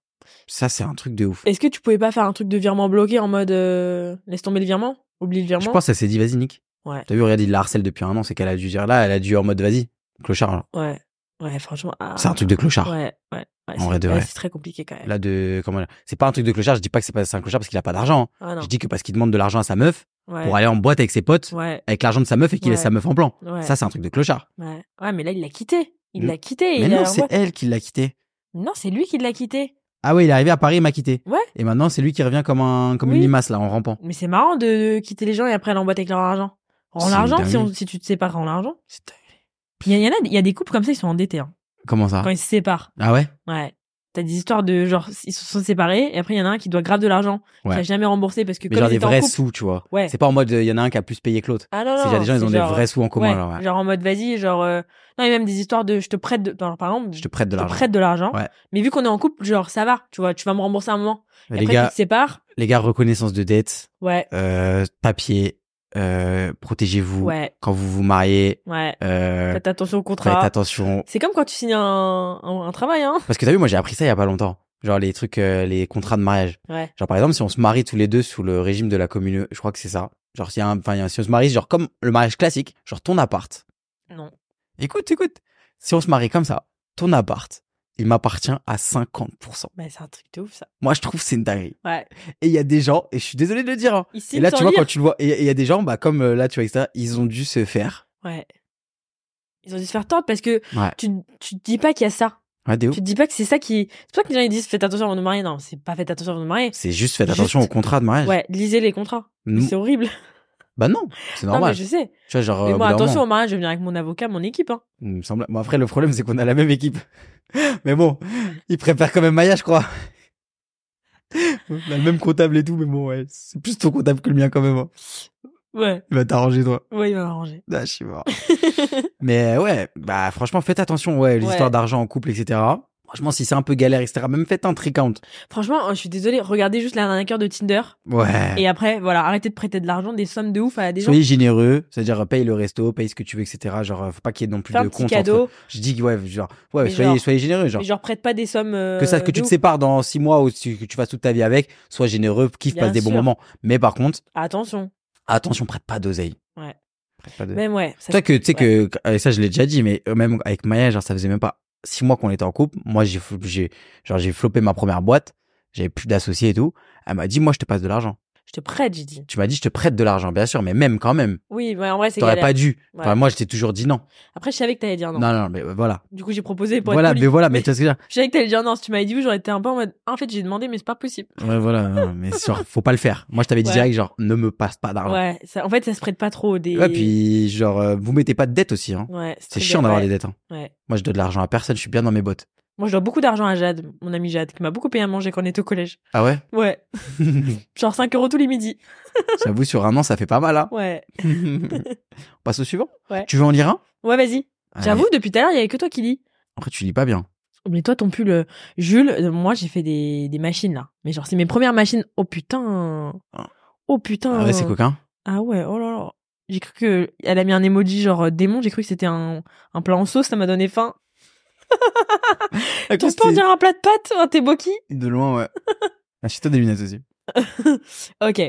Ça, c'est un truc de ouf. Est-ce que tu pouvais pas faire un truc de virement bloqué en mode euh, laisse tomber le virement Oublie le virement Je pense qu'elle s'est dit, vas-y, Nick. Ouais. T'as vu, regarde, il la harcèle depuis un an, c'est qu'elle a dû dire là, elle a dû en mode, vas-y, clochard. là. Ouais. Ouais, franchement. ah. C'est un truc de clochard. Ouais, ouais. ouais, vrai c'est de ouais, vrai. c'est très compliqué quand même. Là, de. Comment C'est pas un truc de clochard, je dis pas que c'est pas c'est un clochard parce qu'il a pas d'argent. hein. Ah non. Je dis que parce qu'il demande de l'argent à sa meuf Ouais. pour aller en boîte avec ses potes, Ouais. avec l'argent de sa meuf et qu'il laisse Ouais. sa meuf en plan. Ouais. Ça, c'est un truc de clochard. ouais. Ouais, mais là, il l'a quitté. Il Mm. l'a quitté. Mais il a- non, c'est ouais. elle qui l'a quitté. Non, c'est lui qui l'a quitté. Ah ouais, il est arrivé à Paris, il m'a quitté. Ouais. Et maintenant, c'est lui qui revient comme, un, comme Oui. une limace, là, en rampant. Mais c'est marrant de, de quitter les gens et après aller en boîte avec leur argent. Rends C'est l'argent dingue. si, on- si tu te sépares, rends l'argent. Il y, en a, il y a des couples comme ça, ils sont endettés hein, Comment ça quand ils se séparent. Ah ouais Ouais. T'as des histoires de genre, ils se sont séparés et après il y en a un qui doit grave de l'argent, Ouais. qui a jamais remboursé parce que Mais comme genre ils des étaient en vrais couple- sous, tu vois. Ouais. C'est pas en mode euh, il y en a un qui a plus payé que l'autre. Ah non, C'est non, déjà des gens, ils c'est ont genre- des vrais sous en commun. ouais, genre, ouais. Genre en mode vas-y, genre. euh, Non, et même des histoires de je te prête de. Par par exemple, Je te prête de je te l'argent. prête de l'argent. Ouais. Mais vu qu'on est en couple, genre ça va, tu vois, tu vas me rembourser un moment. Et Les après tu gars, te sépares. les gars, reconnaissance de dette, Ouais, euh, papier, euh, protégez-vous ouais, quand vous vous mariez. ouais. Euh, Faites attention au faites contrat. attention. C'est comme quand tu signes un, un, un travail, hein. Parce que t'as vu, moi j'ai appris ça il y a pas longtemps. Genre les trucs, euh, les contrats de mariage. Ouais. Genre par exemple, si on se marie tous les deux sous le régime de la commune, je crois que c'est ça. Genre si, un, enfin, si on se marie, genre comme le mariage classique, genre ton appart. Non. Écoute, écoute. Si on se marie comme ça, ton appart, il m'appartient à 50%. Bah, c'est un truc de ouf, ça. Moi je trouve que c'est une dinguerie. Ouais. Et il y a des gens, et je suis désolé de le dire, hein, Ils signent et là tu sans vois lire. quand tu le vois, et et il y a des gens, bah comme euh, là tu vois, etc., ils ont dû se faire. Ouais. Ils ont dû se faire tordre parce que Ouais. tu, tu te dis pas qu'il y a ça. Ouais, des ouf. Tu te dis pas que c'est ça qui. C'est pour ça que les gens ils disent faites attention avant de vous marier. Non, c'est pas faites attention avant de vous marier. C'est juste faites attention Juste- au contrat de mariage. Ouais, lisez les contrats. Mais Nous- C'est horrible. Bah non, c'est Non, mais normal. je sais. Tu vois, genre. Mais euh, au moi, bout d'un attention moment- au mariage, je vais venir avec mon avocat, mon équipe. Hein. Il me semble. Bon, après, le problème, c'est qu'on a la même équipe. *laughs* Mais bon, il préfère quand même Maya, je crois. *laughs* On a le même comptable et tout, mais bon, ouais. C'est plus ton comptable que le mien quand même. hein. Ouais, Il va t'arranger, toi. ouais, il va m'arranger. Ah, je *laughs* suis mort. mais euh, ouais, bah, franchement, faites attention, ouais, les Ouais. histoires d'argent en couple, etc. Franchement, si c'est un peu galère, etc., même faites un tricount. Franchement, euh, je suis désolée, regardez juste la dernière de Tinder. Ouais. Et après, voilà, arrêtez de prêter de l'argent, des sommes de ouf à des gens. Soyez généreux, c'est-à-dire euh, paye le resto, paye ce que tu veux, etc. Genre, euh, faut pas qu'il y ait non plus Fais un de petit compte. cadeau, entre- Je dis, que, ouais, genre, ouais, Mais soyez, genre- soyez généreux, genre. mais genre prête pas des sommes. euh, que ça que de tu te ouf. sépares dans six mois ou si- que tu fasses toute ta vie avec, sois généreux, kiffe, Bien passe des bons sûr. moments. Mais par contre, Attention. attention, prête pas d'oseille. Ouais. Prête pas d'oseille. Même ouais. Ça Toi que tu sais ouais. que et ça je l'ai déjà dit, mais euh, même avec Maya, genre ça faisait même pas six mois qu'on était en couple. Moi j'ai fl- j'ai genre j'ai flopé ma première boîte, j'avais plus d'associés et tout. Elle m'a dit moi je te passe de l'argent. Je te prête, j'ai dit. Tu m'as dit je te prête de l'argent, bien sûr, mais même quand même, Oui, ouais, en vrai, c'est t'aurais galère. pas dû. Enfin Ouais. Ah moi je t'ai toujours dit non. Après, je savais que t'allais dire non. Non non, mais euh, voilà. Du coup, j'ai proposé pour Voilà, être mais poli. voilà, mais tu vois ce que je veux dire. Je savais que t'allais dire non. Si tu m'avais dit oui, j'aurais été un peu en mode. En fait, j'ai demandé, mais c'est pas possible. *laughs* Ouais, voilà, non, mais genre faut pas le faire. Moi je t'avais dit Ouais. direct genre ne me passe pas d'argent. Ouais. Ça, en fait, ça se prête pas trop des. Ouais, Ah, puis genre, euh, vous mettez pas de dette aussi. Hein. Ouais, C'est très chiant galère. d'avoir Ouais. des dettes. hein. Ouais. Moi, je donne de l'argent à personne, je suis bien dans mes bottes. Moi, je dois beaucoup d'argent à Jade, mon amie Jade, qui m'a beaucoup payé à manger quand on était au collège. *laughs* Ah ouais Ouais. *laughs* Genre 5 euros tous les midis. J'avoue, sur un an, ça fait *laughs* pas mal. Hein. Ouais. On passe au suivant Ouais. Tu veux en lire un Ouais, vas-y. Allez. J'avoue, depuis tout à l'heure, il y avait que toi qui lis. Après, tu lis pas bien. Mais toi, ton pull, euh, Jules, euh, moi, j'ai fait des, des machines, là. Mais genre, c'est mes premières machines. Oh putain. Oh putain. Ah ouais, c'est coquin. Ah ouais, oh là là. J'ai cru que elle a mis un emoji genre euh, démon, j'ai cru que c'était un, un plat en sauce, ça m'a donné faim. Tu peux en dire un plat de pâtes, un teboki De loin, *laughs* ouais. Ah, Achète-toi des lunettes aussi. Ok.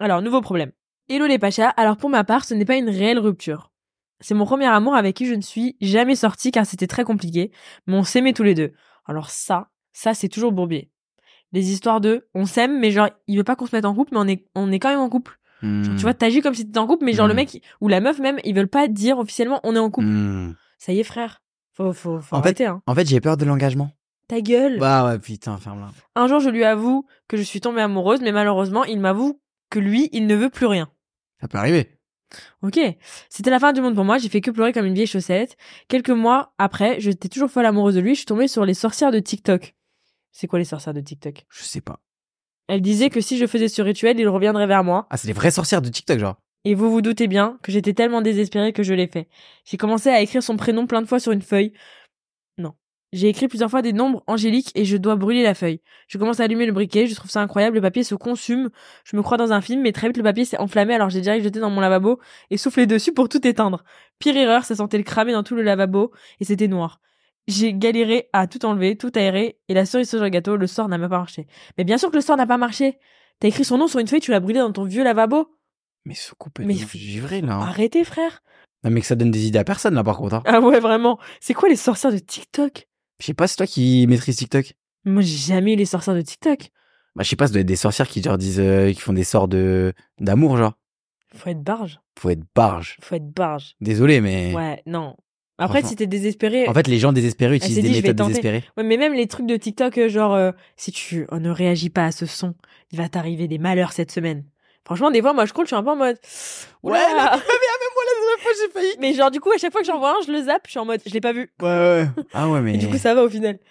Alors, nouveau problème. Hello les Pachas, alors pour ma part, ce n'est pas une réelle rupture. C'est mon premier amour avec qui je ne suis jamais sortie car c'était très compliqué, mais on s'aimait tous les deux. Alors ça, ça c'est toujours bourbier. Les histoires de on s'aime, mais genre il veut pas qu'on se mette en couple, mais on est, on est quand même en couple. Hmm. Genre, Mmh. tu vois, t'agis comme si t'étais en couple, mais genre le Mm. mec ou la meuf même, ils veulent pas dire officiellement on est en couple. Hmm. Ça y est, frère. Faut, faut, faut En arrêter, hein. En fait, j'ai peur de l'engagement. Ta gueule. Bah ouais, putain, ferme-la. Un jour, je lui avoue que je suis tombée amoureuse, mais malheureusement, il m'avoue que lui, il ne veut plus rien. Ça peut arriver. Ok. C'était la fin du monde pour moi, j'ai fait que pleurer comme une vieille chaussette. Quelques mois après, j'étais toujours folle amoureuse de lui, je suis tombée sur les sorcières de TikTok. C'est quoi les sorcières de TikTok Je sais pas. Elle disait que si je faisais ce rituel, il reviendrait vers moi. Ah, c'est des vraies sorcières de TikTok, genre. Et vous vous doutez bien que j'étais tellement désespérée que je l'ai fait. J'ai commencé à écrire son prénom plein de fois sur une feuille. Non. J'ai écrit plusieurs fois des nombres angéliques et je dois brûler la feuille. Je commence à allumer le briquet, je trouve ça incroyable, le papier se consume, je me crois dans un film, mais très vite le papier s'est enflammé alors j'ai direct jeté dans mon lavabo et soufflé dessus pour tout éteindre. Pire erreur, ça sentait le cramer dans tout le lavabo et c'était noir. J'ai galéré à tout enlever, tout aérer et la cerise sur le gâteau, le sort n'a même pas marché. Mais bien sûr que le sort n'a pas marché. T'as écrit son nom sur une feuille, tu l'as brûlé dans ton vieux lavabo. Mais ce couple Mais est faut- givré, là. hein. Arrêtez frère. Non, mais que ça donne des idées à personne, là, par contre. hein. Ah ouais, vraiment. C'est quoi les sorcières de TikTok Je sais pas, c'est toi qui maîtrise TikTok Moi, j'ai jamais eu les sorcières de TikTok. Bah, je sais pas, ça doit être des sorcières qui genre disent, euh, qui font des sorts de d'amour, genre. Faut être barge. Faut être barge. Faut être barge. Désolé, mais Ouais, non. Après, Franchement. si t'es désespéré. en fait, les gens désespérés s'est utilisent dit, des je vais méthodes tenter. désespérées. Ouais, mais même les trucs de TikTok, euh, genre, euh, si tu euh, ne réagis pas à ce son, il va t'arriver des malheurs cette semaine. Franchement, des fois, moi, je cours, je suis un peu en mode. Ouais, Oula. non, mais même moi, la dernière fois, j'ai failli. *laughs* Mais genre, du coup, à chaque fois que j'en vois un, je le zappe, je suis en mode, je l'ai pas vu. Ouais, ouais. Ah ouais, mais. Et du coup, ça va au final. Donc,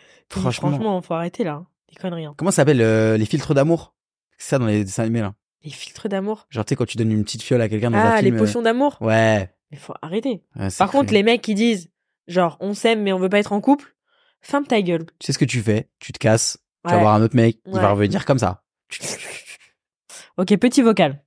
Franchement. franchement, faut arrêter là. hein. Des conneries. hein. Comment ça s'appelle euh, les filtres d'amour C'est ça dans les dessins animés là. Les filtres d'amour. Genre, tu sais, quand tu donnes une petite fiole à quelqu'un dans un Ah, les film. euh, potions d'amour. Ouais. Mais faut arrêter. Ouais, c'est Par contre, cru. les mecs qui disent, genre, on s'aime mais on veut pas être en couple, ferme ta gueule. Tu sais ce que tu fais Tu te casses, tu vas Ouais. voir un autre mec, il Ouais. va revenir comme ça. Ok, petit vocal.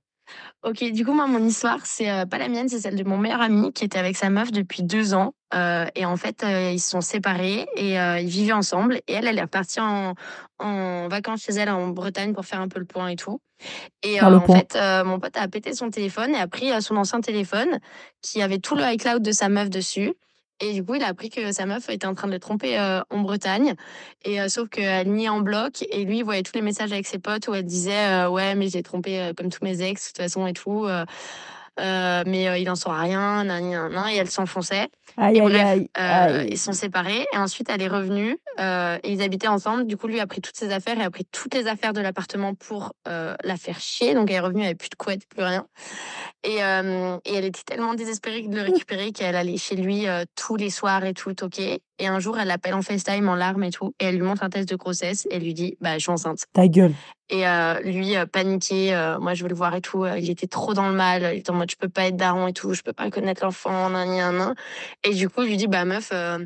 Ok, du coup, moi, mon histoire, c'est euh, pas la mienne, c'est celle de mon meilleur ami qui était avec sa meuf depuis deux ans. Euh, et en fait, euh, ils se sont séparés et euh, ils vivaient ensemble. Et elle, elle est repartie en, en vacances chez elle en Bretagne pour faire un peu le point et tout. Et Faire euh, le en point. fait, euh, mon pote a pété son téléphone et a pris euh, son ancien téléphone qui avait tout le iCloud de sa meuf dessus. Et du coup, il a appris que sa meuf était en train de le tromper euh, en Bretagne. Et euh, sauf qu'elle niait en bloc. Et lui, il voyait tous les messages avec ses potes où elle disait euh, Ouais, mais j'ai trompé euh, comme tous mes ex, de toute façon, et tout. euh, euh, mais euh, il n'en saura rien, nan, nan, nan, et elle s'enfonçait. Aïe, aïe, Et bref, aïe. Euh, aïe. ils sont séparés et ensuite elle est revenue euh, et ils habitaient ensemble. Du coup, lui a pris toutes ses affaires et a pris toutes les affaires de l'appartement pour euh, la faire chier. Donc elle est revenue, elle avait plus de couette, plus rien. Et, euh, et elle était tellement désespérée de le récupérer qu'elle allait chez lui euh, tous les soirs et tout, ok. Et un jour, elle l'appelle en FaceTime en larmes et tout. Et elle lui montre un test de grossesse et elle lui dit Bah, je suis enceinte. Ta gueule. Et euh, lui, euh, paniqué, euh, moi je veux le voir et tout. euh, il était trop dans le mal. Il était en mode je peux pas être daron et tout, je peux pas connaître l'enfant, nan, ni nan, nan. Et du coup, je lui dis bah meuf, euh,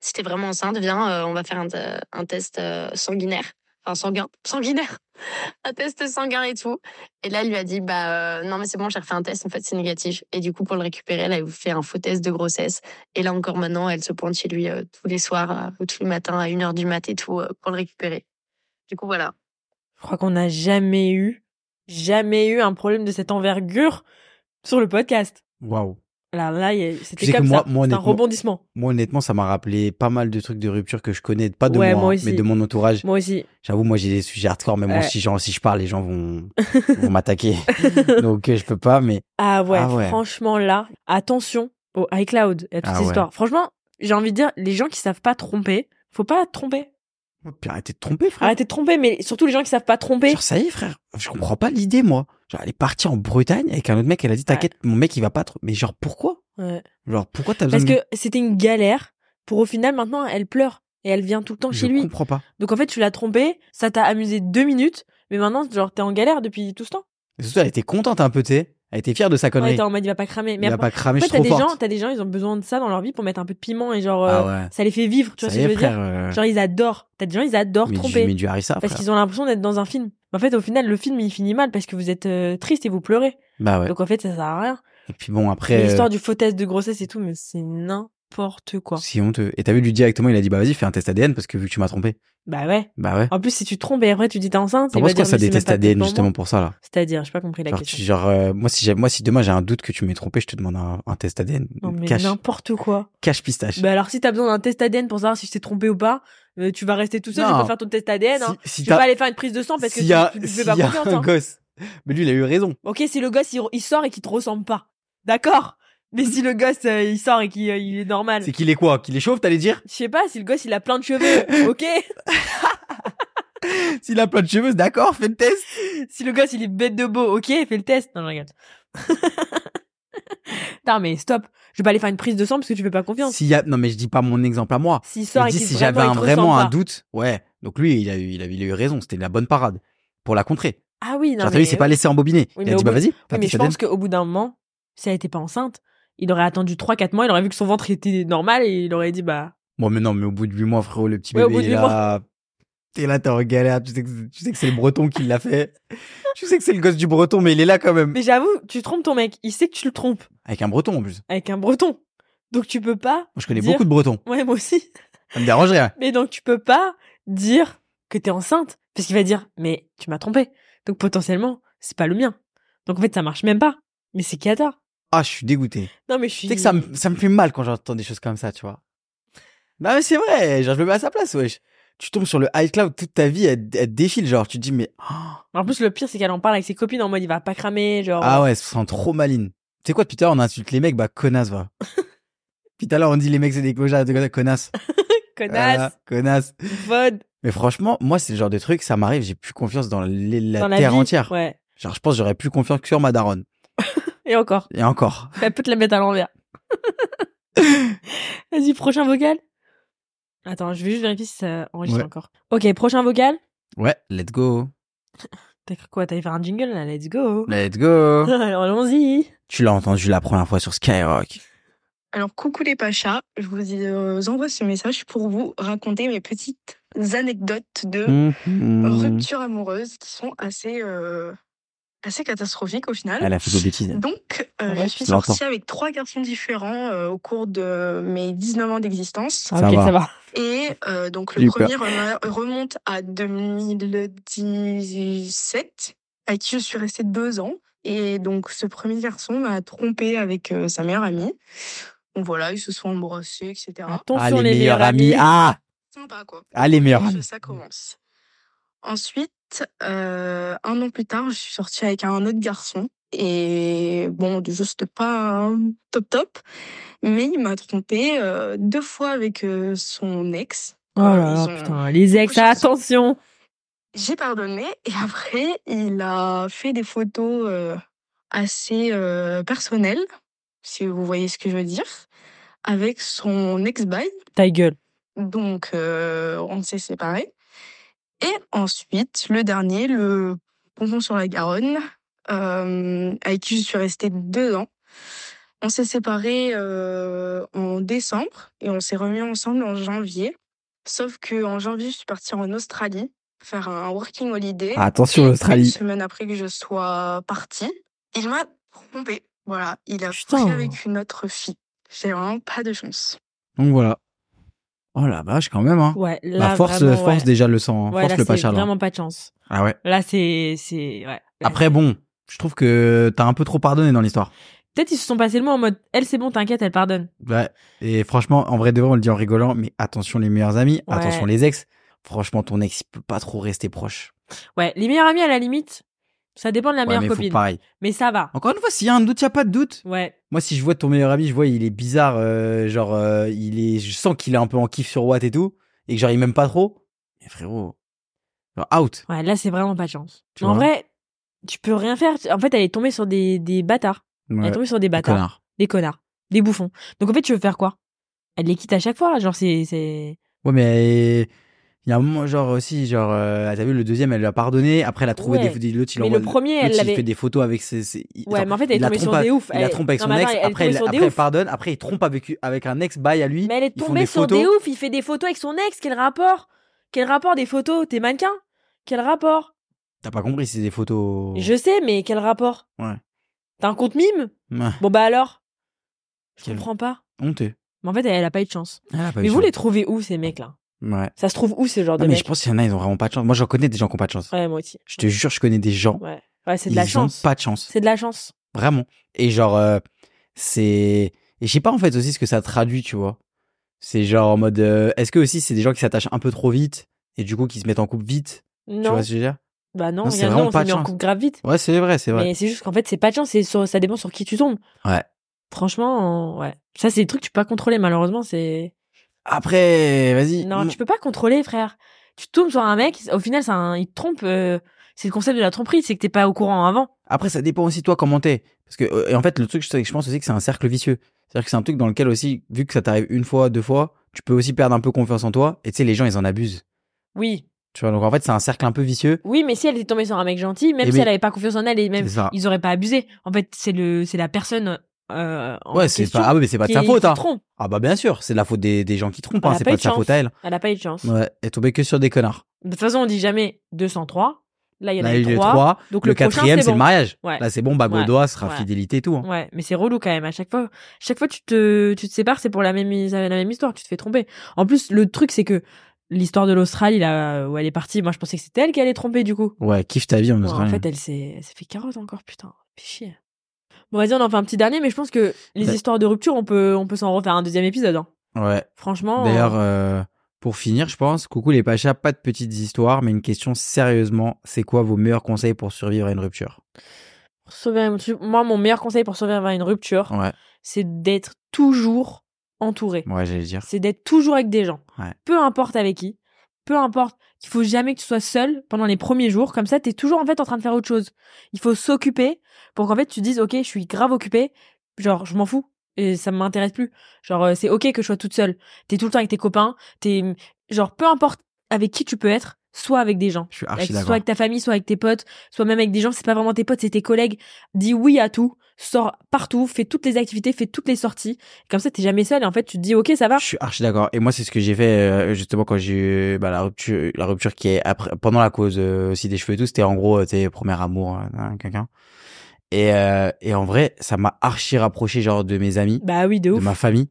si t'es vraiment enceinte, viens, euh, on va faire un, te- un test euh, sanguinaire. Enfin, sanguin, sanguinaire, *laughs* un test sanguin et tout. Et là, il lui a dit, bah, euh, non, mais c'est bon, j'ai refait un test, en fait, c'est négatif. Et du coup, pour le récupérer, elle a fait un faux test de grossesse. Et là, encore maintenant, elle se pointe chez lui euh, tous les soirs euh, ou tous les matins à 1h du mat et tout euh, pour le récupérer. Du coup, voilà. Je crois qu'on n'a jamais eu, jamais eu un problème de cette envergure sur le podcast. Waouh. Alors là, il y a- Tu c'était sais que comme moi- ça. moi, C'est un honnêtement- rebondissement. Moi, honnêtement, ça m'a rappelé pas mal de trucs de rupture que je connais, pas de Ouais, moi, moi hein, aussi. mais de mon entourage. Moi *laughs* aussi. J'avoue, moi, j'ai des sujets hardcore, mais moi, Ouais. si, genre, si je parle, les gens *laughs* vont, vont m'attaquer. Donc, euh, je peux pas, mais Ah ouais, Ah ouais. franchement là, attention au iCloud et à toute Ah cette ouais. histoire. Franchement, j'ai envie de dire, les gens qui savent pas tromper, faut pas tromper. Oh, puis arrêtez de tromper, frère. Arrêtez de tromper, mais surtout les gens qui savent pas tromper. Genre, ça y est, frère. Je comprends pas l'idée, moi. Genre, elle est partie en Bretagne avec un autre mec. Elle a dit, t'inquiète, mon mec, il va pas trop. Mais genre, pourquoi? Ouais. Genre, pourquoi t'as besoin Parce de... que c'était une galère pour au final maintenant elle pleure et elle vient tout le temps je chez lui. comprends pas. Donc en fait tu l'as trompé, ça t'a amusé deux minutes, mais maintenant genre t'es en galère depuis tout ce temps. Et surtout, elle était contente un peu, tu sais. Elle était fière de sa Ouais, connerie. t'es en mode il va pas cramer. Mais il a après, pas cramé, en je fait suis t'as trop des gens, forte. t'as des gens ils ont besoin de ça dans leur vie pour mettre un peu de piment et genre euh, Ah ouais. ça les fait vivre. Tu vois Ça ce y que je est, veux frère. dire euh, Genre ils adorent. T'as des gens ils adorent mais tromper. du, mais du harissa, Parce frère. qu'ils ont l'impression d'être dans un film. Mais en fait, au final, le film, il finit mal parce que vous êtes euh, triste et vous pleurez. Bah ouais. Donc en fait, ça sert à rien. Et puis bon, Mais après, L'histoire du faux test de grossesse et tout, mais c'est n'importe euh, quoi. si on te... Et t'as vu, lui directement, il a dit, bah vas-y, fais un test ADN parce que vu que tu m'as trompé. Bah ouais. Bah ouais. En plus, si tu te trompes et après tu dis t'es enceinte, T'en il va penses quoi dire, ça mais c'est des même tests pas fait ADN pour justement moi. pour ça, là? C'est-à-dire, j'ai pas compris la Genre, tu- question. genre, euh, moi, si j'ai- moi, si demain j'ai un doute que tu m'aies trompé, je te demande un, un test ADN. Non mais cache, n'importe quoi. cache pistache. Bah alors si t'as besoin d'un test ADN pour savoir si je t'ai trompé ou pas, euh, tu vas rester tout seul, je vais Non. pas faire ton test ADN. Hein. si, si Tu vas t'as- pas aller faire une prise de sang parce que s'il y a, tu, tu lui s'il fais pas y a confiance. un hein. Ah, gosse. Mais lui, il a eu raison. Ok, si le gosse il, il sort et qu'il te ressemble pas, d'accord. Mais si le gosse euh, il sort et qu'il euh, il est normal, C'est qu'il est quoi Qu'il est chauve, t'allais dire Je sais pas si le gosse il a plein de *laughs* cheveux, ok S'il a plein de cheveux, d'accord, fais le test. Si le gosse il est bête de beau, ok, fais le test. Non, je regarde. *laughs* non, mais stop. Je vais pas aller faire une prise de sang parce que tu fais pas confiance. S'il y a, non, mais je dis pas mon exemple à moi. S'il Je sort et dis qu'il si vraiment, j'avais il un, te vraiment ressemble un pas. doute. Ouais. Donc lui, il a eu, il a, il a eu raison. C'était la bonne parade pour la contrer. Ah oui, non. Genre, t'as Mais, vu, il s'est pas laissé embobiner. Oui, il mais a au dit, bah bout- vas-y, fais Oui, un mais test je ADN. pense qu'au bout d'un moment, si elle était pas enceinte, il aurait attendu 3-4 mois, il aurait vu que son ventre était normal et il aurait dit bah. Bon, mais non, mais au bout de 8 mois, frérot, le petit Ouais, bébé, au bout de il est huit là. T'es là, t'es en galère. Tu sais que, c'est- tu sais que c'est le breton qui l'a fait. tu sais que c'est le gosse du breton, mais il est là quand même. Mais j'avoue, tu trompes ton mec. Il sait que tu le trompes Avec un breton en plus. avec un breton. Donc tu peux pas. Moi, je connais Dire- beaucoup de bretons. Ouais, moi aussi. Ça me dérange rien. Mais donc tu peux pas dire que t'es enceinte parce qu'il va dire mais tu m'as trompé. Donc potentiellement c'est pas le mien. Donc en fait ça marche même pas. Mais c'est cata. Ah, je suis dégoûté. Non mais je suis. Tu sais que ça me, ça me fait mal quand j'entends des choses comme ça, tu vois. Non, mais c'est vrai. Genre, je me mets à sa place, wesh. Tu tombes sur le iCloud toute ta vie, elle, elle te défile, genre, tu te dis, mais, ah *gasps* En plus le pire c'est qu'elle en parle avec ses copines en mode il va pas cramer genre. ah ouais, ça sent trop maline. Tu sais quoi, depuis tout à l'heure, on insulte les mecs, bah, *laughs* connasse, va. Puis tout à l'heure, on dit les mecs, c'est des clochards, des connasses, connasse. euh, Connasse, Ah, connasse. vod, Mais franchement, moi, c'est le genre de truc, ça m'arrive, j'ai plus confiance dans les- la dans la terre vie. entière. Ouais. Genre, je pense que j'aurais plus confiance que sur ma daronne. Et encore, Et encore. elle peut te la mettre à *laughs* l'envers. Vas-y, prochain vocal. Attends, je vais juste vérifier si ça enregistre Ouais. encore. Ok, prochain vocal. Ouais, let's go. T'as cru quoi T'allais faire un jingle là Let's go Let's go. *laughs* Alors allons-y tu l'as entendu la première fois sur Skyrock. Alors, coucou les Pachas, je vous euh, envoie ce message pour vous raconter mes petites anecdotes de Mhm. ruptures amoureuses qui sont assez, euh, assez catastrophiques au final. Elle a fait des bêtises. Donc, euh, Ouais, je suis je l'entends. sortie avec trois garçons différents euh, au cours de mes 19 ans d'existence. Ah, Ça Ok, va. ça va. Et euh, donc, J'ai le eu peur. premier rema- remonte à 2017, à qui je suis restée deux ans. Et donc, ce premier garçon m'a trompée avec euh, sa meilleure amie. Donc voilà, ils se sont embrassés, etc. Ah, Attention les, meilleurs amis. Ah, Sympa, quoi. ah, les meilleurs Ça, amis. ça commence. Ensuite, euh, un an plus tard, je suis sortie avec un autre garçon. Et bon, juste pas euh, top top, mais il m'a trompée euh, deux fois avec euh, son ex. Ah. Euh, Oh là Ils là, ont- putain, les ex, Couche-toi. attention J'ai pardonné et *laughs* après, il a fait des photos euh, assez euh, personnelles, si vous voyez ce que je veux dire, avec son ex-bail. Ta gueule. Donc, euh, on s'est séparés. Et ensuite, le dernier, le ponton sur la Garonne, euh, avec qui je suis restée deux ans. On s'est séparés euh, en décembre et on s'est remis ensemble en janvier. Sauf que en janvier, je suis partie en Australie faire un working holiday. Ah, attention, Une l'Australie. semaine après que je sois partie, il m'a trompée. Voilà, il a Putain. couché avec une autre fille. J'ai vraiment pas de chance. Donc voilà. Oh la vache, quand même. Hein. Ouais, là, Bah, force, vraiment, force ouais. déjà le sang. hein. Ouais, force là, le c'est pacha. là. vraiment pas de chance. Ah ouais. Là, c'est... c'est ouais. Là, Après, bon, je trouve que t'as un peu trop pardonné dans l'histoire. Peut-être ils se sont passés le mot en mode elle c'est bon t'inquiète elle pardonne. Ouais. Bah, Et franchement, en vrai de vrai, on le dit en rigolant, mais attention les meilleurs amis, Ouais. attention les ex. Franchement, ton ex, il peut pas trop rester proche. Ouais les meilleurs amis à la limite ça dépend de la ouais, meilleure mais faut copine pareil. mais ça va. Encore une fois, s'il y a un doute, il y a pas de doute. Ouais Moi, si je vois ton meilleur ami, je vois il est bizarre, euh, genre euh, il est, je sens qu'il est un peu en kiff sur Watt et tout, et que genre il m'aime pas trop. Mais frérot, genre, out. ouais là c'est vraiment pas de chance. Tu en vois vrai tu peux rien faire en fait elle est tombée sur des des bâtards elle Ouais, est tombée sur des bâtards connard. des connards des bouffons donc en fait tu veux faire quoi elle les quitte à chaque fois genre c'est c'est Ouais, mais euh, il y a un moment, genre aussi, genre euh, t'as vu le deuxième, elle l'a pardonné. Après, elle a trouvé Ouais. des photos. L'autre, il mais envoie- le premier elle l'autre, il l'avait fait des photos avec ses. ses- il- ouais genre, mais en fait elle il est la tombée trompe sur à- des oufs. Il la trompe avec non, son mais ex, attends, elle est après, tombée il, sur des après, elle oufs. pardonne, après il trompe avec, avec un ex bail à lui. Mais elle est Ils font tombée des sur photos. des oufs, il fait des photos avec son ex, quel rapport Quel rapport des photos T'es mannequin Quel rapport T'as pas compris, c'est des photos. Je sais, mais quel rapport Oh. Ouais. T'as un compte mime Ouais, Bon bah alors Je Quel- comprends pas. honteux. Ah, Mais en fait, elle, elle a pas eu de chance. Elle a pas eu mais de vous chance. les trouvez où ces mecs-là Ouais. Ça se trouve où ce genre Non, de mais je mecs pense qu'il y en a, ils ont vraiment pas de chance. Moi, j'en connais des gens qui ont pas de chance. Ouais, moi aussi. Je te jure, je connais des gens. Ouais, ouais c'est de ils la ont chance. pas de chance. C'est de la chance. Vraiment. Et genre, euh, c'est. Et je sais pas en fait aussi ce que ça traduit, tu vois. C'est genre en mode. euh, Est-ce que aussi c'est des gens qui s'attachent un peu trop vite et du coup qui se mettent en couple vite Tu Non, vois ce que je veux dire bah non, Non, c'est regarde, vraiment on pas s'est de mis en chance. couple grave vite. Ouais, c'est vrai, c'est vrai. Mais c'est juste qu'en fait, c'est pas de chance, c'est sur- ça dépend sur qui tu tombes. Ouais. Franchement, euh, ouais. Ça, c'est des trucs que tu peux pas contrôler, malheureusement, c'est. Après, vas-y. Non, mon- tu peux pas contrôler, frère. Tu tombes sur un mec, au final, c'est un- il te trompe. euh, C'est le concept de la tromperie, c'est que t'es pas au courant avant. Après, ça dépend aussi de toi comment t'es. Parce que, euh, et en fait, le truc, je je pense aussi que c'est un cercle vicieux. C'est-à-dire que c'est un truc dans lequel aussi, vu que ça t'arrive une fois, deux fois, tu peux aussi perdre un peu confiance en toi. Et tu sais, les gens, ils en abusent. Oui. Tu vois, donc en fait, c'est un cercle un peu vicieux. Oui, mais si elle était tombée sur un mec gentil, même si Eh ben, elle avait pas confiance en elle et même C'est ça. ils auraient pas abusé. En fait, c'est le, c'est la personne. Euh, en Ouais, c'est question pas, ah ouais, mais c'est pas de qui- sa qui faute, hein. trompe. Ah bah bien sûr, c'est de la faute des, des gens qui trompent, Elle hein, a c'est pas eu pas, de de sa chance. faute à elle. Elle a pas eu de chance. Ouais, elle est tombée que sur des connards. hein. De toute façon, on dit jamais 203. Là, il y en Là, a il y a eu eu les 3. trois. Donc le, le, prochain, quatrième, c'est bon. le mariage. Ouais. Là, c'est bon, bah, Ouais. Gaudois, ce sera Ouais. fidélité et tout. hein. Ouais, mais c'est relou quand même. À chaque fois, chaque fois tu te, tu te sépares, c'est pour la même, la même histoire. Tu te fais tromper. En plus, le truc, c'est que l'histoire de l'Australie, là, où elle est partie, moi, je pensais que c'était elle qui allait tromper, du coup. Ouais, kiffe ta vie en Ouais, en Australie. fait, elle s'est, elle s'est fait carotte encore, putain. Fais chier. Bon, vas-y, on en fait un petit dernier, mais je pense que les Ouais. histoires de rupture, on peut, on peut s'en refaire un deuxième épisode. hein. Ouais. Franchement. D'ailleurs, euh, euh, pour finir, je pense, coucou les pachas, pas de petites histoires, mais une question sérieusement, c'est quoi vos meilleurs conseils pour survivre à une rupture pour sauver- moi, mon meilleur conseil pour survivre à une rupture, Ouais, c'est d'être toujours entouré. ouais, j'allais dire. c'est d'être toujours avec des gens, Ouais. peu importe avec qui, peu importe, qu'il faut jamais que tu sois seul pendant les premiers jours. Comme ça, t'es toujours en fait en train de faire autre chose. Il faut s'occuper pour qu'en fait tu te dises, ok, je suis grave occupée, genre je m'en fous et ça m'intéresse plus. Genre euh, c'est ok que je sois toute seule. T'es tout le temps avec tes copains. T'es genre peu importe avec qui tu peux être, soit avec des gens. Je suis Avec- archi soit d'accord. avec ta famille, soit avec tes potes, soit même avec des gens, c'est pas vraiment tes potes, c'est tes collègues. Dis oui à tout, sors partout, fais toutes les activités, fais toutes les sorties. Comme ça, t'es jamais seul et en fait, tu te dis, ok, ça va. Je suis archi d'accord. Et moi, c'est ce que j'ai fait euh, justement quand j'ai eu bah, la rupture, la rupture qui est après, pendant la cause euh, aussi des cheveux et tout. C'était en gros, euh, tu sais, premier amour, euh, hein, quelqu'un. Et, euh, et en vrai, ça m'a archi rapproché genre de mes amis, Bah oui, de de ouf. ma famille.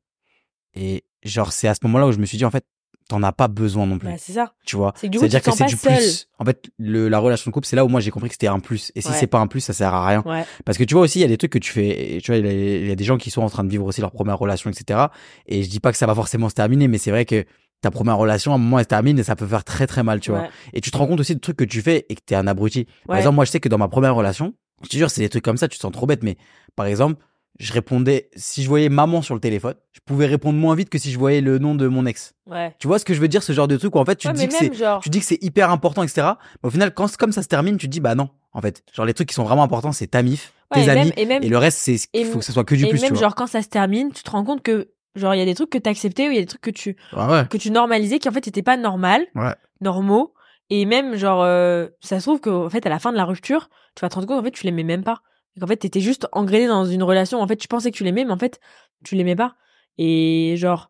Et genre, c'est à ce moment-là où je me suis dit en fait, t'en as pas besoin non plus. Bah, c'est ça. tu vois. C'est que du coup, tu te sens pas plus. En fait, le, la relation de couple, c'est là où moi j'ai compris que c'était un plus. Et si Ouais. c'est pas un plus, ça sert à rien. Ouais. Parce que tu vois aussi, il y a des trucs que tu fais. et Tu vois, il y, a- il y a des gens qui sont en train de vivre aussi leur première relation, etc. Et je dis pas que ça va forcément se terminer, mais c'est vrai que ta première relation, à un moment, elle se termine et ça peut faire très très mal, tu vois. Ouais. Et tu te rends compte aussi de trucs que tu fais et que t'es un abruti. Par Ouais. exemple, moi, je sais que dans ma première relation, je te jure, c'est des trucs comme ça, tu te sens trop bête, mais par exemple, je répondais, si je voyais maman sur le téléphone, je pouvais répondre moins vite que si je voyais le nom de mon ex. Ouais. Tu vois ce que je veux dire, ce genre de truc où en fait, tu Ouais, te mais dis que c'est même genre. tu dis que c'est hyper important, etc. Mais au final, quand comme ça se termine, tu te dis bah non, en fait. Genre les trucs qui sont vraiment importants, c'est ta mif, Ouais, tes et amis, même- et même- et le reste, c'est et il faut que ce soit que du et plus, tu même, vois. genre, quand ça se termine, tu te rends compte que, genre, il y a des trucs que t'as acceptés ou il y a des trucs que tu, Ah ouais. que tu normalisais qui en fait étaient pas normal, Ouais. normaux. Et même, genre, euh, ça se trouve qu'en fait, à la fin de la rupture, tu vas te rendre compte qu'en fait, tu l'aimais même pas. Et qu'en fait, t'étais juste engrainé dans une relation. En fait, tu pensais que tu l'aimais, mais en fait, tu l'aimais pas. Et genre,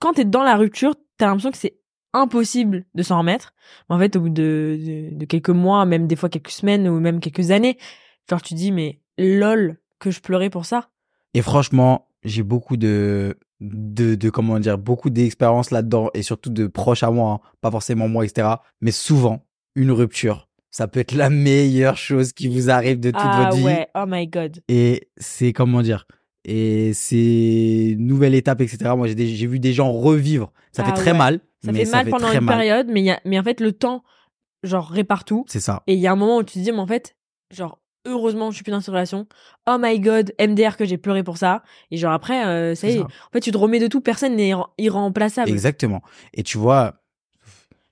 quand t'es dans la rupture, t'as l'impression que c'est impossible de s'en remettre. Mais en fait, au bout de, de, de quelques mois, même des fois quelques semaines ou même quelques années, genre, tu te dis, mais lol, que je pleurais pour ça. Et franchement, j'ai beaucoup de de, de comment dire, beaucoup d'expériences là-dedans et surtout de proches à moi, hein. pas forcément moi, etc. Mais souvent, une rupture, ça peut être la meilleure chose qui vous arrive de toute ah votre vie. ouais, oh my god. et c'est comment dire et c'est une nouvelle étape etc moi j'ai des- j'ai vu des gens revivre ça Ah fait très ouais. mal Ça mais fait mal pendant très une mal. période, mais, il y a, mais en fait, le temps, genre, répare tout. c'est ça Et il y a un moment où tu te dis, mais en fait, genre, heureusement, je suis plus dans cette relation. Oh my god, MDR que j'ai pleuré pour ça. Et genre, après, euh, ça y C'est est. ça. En fait, tu te remets de tout, personne n'est irre- irremplaçable. exactement et tu vois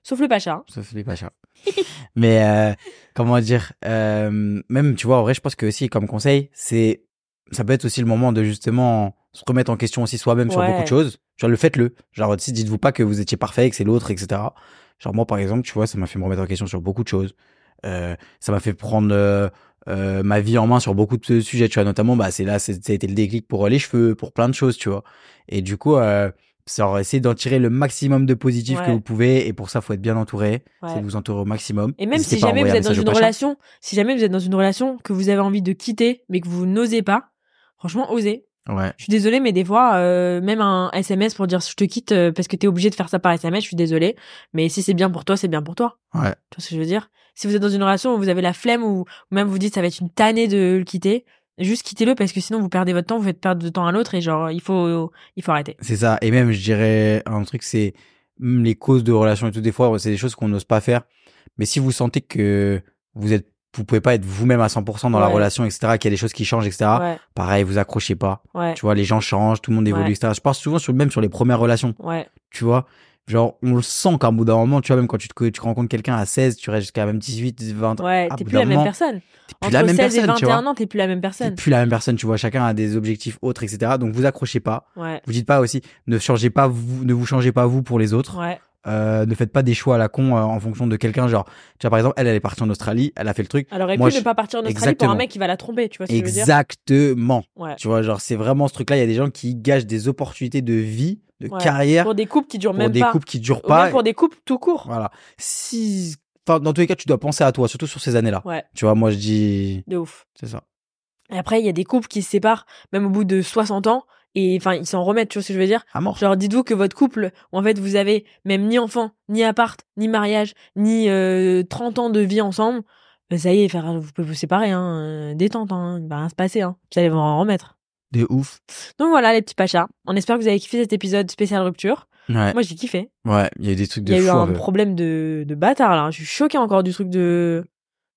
Sauf le Pacha. hein. ça fait pas cher *laughs* mais euh, comment dire euh, même tu vois en vrai je pense que aussi comme conseil c'est ça peut être aussi le moment de justement se remettre en question aussi soi-même sur Ouais. beaucoup de choses genre le faites-le genre si dites-vous pas que vous étiez parfait et que c'est l'autre etc genre moi par exemple tu vois ça m'a fait me remettre en question sur beaucoup de choses Euh, ça m'a fait prendre euh, euh, ma vie en main sur beaucoup de sujets tu vois notamment bah c'est là c'est- ça a été le déclic pour euh, les cheveux pour plein de choses tu vois et du coup euh, genre, essayez d'en tirer le maximum de positif que Ouais. vous pouvez et pour ça faut être bien entouré Ouais. c'est de vous entourer au maximum Et même N'hésitez si pas à jamais vous envoyer un êtes dans message au une prochain. relation, si jamais vous êtes dans une relation que vous avez envie de quitter, mais que vous n'osez pas, franchement, osez. ouais Je suis désolée, mais des fois, euh, même un SMS pour dire je te quitte euh, parce que t'es obligé de faire ça par SMS, je suis désolée. Mais si c'est bien pour toi, c'est bien pour toi. ouais Tu vois ce que je veux dire Si vous êtes dans une relation où vous avez la flemme ou ou même vous dites ça va être une tannée de le quitter, juste quittez-le parce que sinon vous perdez votre temps, vous faites perdre de temps à l'autre et genre il faut il faut arrêter. c'est ça et même je dirais un truc c'est hum, les causes de relations et tout des fois c'est des choses qu'on n'ose pas faire mais si vous sentez que vous êtes vous pouvez pas être vous-même à 100% dans la Ouais. relation etc qu'il y a des choses qui changent etc ouais, pareil vous accrochez pas ouais, Ah. tu vois les gens changent tout le monde évolue Ouais. etc je pense souvent sur même sur les premières relations ouais, tu vois genre on le sent qu'à un bout d'un moment tu vois même quand tu te, tu rencontres quelqu'un à 16 tu restes jusqu'à même 18 20 ouais. à T'es bout plus d'un la même moment, personne. Ah, bah t'es plus Entre la même 16 personne et tu vois 21 ans, t'es plus la même t'es personne. plus la même personne tu vois chacun a des objectifs autres etc donc vous accrochez pas Ouais, vous dites pas aussi ne changez pas vous ne vous changez pas vous pour les autres ouais, Euh, ne faites pas des choix à la con euh, en fonction de quelqu'un genre tu vois par exemple elle elle est partie en Australie elle a fait le truc Alors aurait Moi, pu je- ne pas partir en Australie Exactement. pour un mec qui va la tromper, tu vois ce que je veux dire exactement Ouais. tu vois genre c'est vraiment ce truc là il y a des gens qui gâchent des opportunités de vie de Ouais. carrière Pour des couples qui durent pour même des pas. couples qui durent Ou même pas pour des couples tout court. voilà si enfin dans tous les cas tu dois penser à toi surtout sur ces années là Ouais, tu vois moi je dis de ouf. c'est ça Et après, il y a des couples qui se séparent même au bout de 60 ans et enfin ils s'en remettent, tu vois ce que je veux dire à mort Genre, dites-vous que votre couple, où en fait, vous avez même ni enfant, ni appart, ni mariage, ni euh, 30 ans de vie ensemble, ben, ça y est, faire- vous pouvez vous séparer, hein, euh, détente, hein, il va rien se passer, hein. vous allez vous en remettre. de ouf Donc voilà, les petits pachas, on espère que vous avez kiffé cet épisode spécial rupture. ouais Moi, j'ai kiffé. ouais il y a eu des trucs Il y de a eu fou un un peu. problème de, de bâtard, là. hein, Je suis choquée encore du truc de,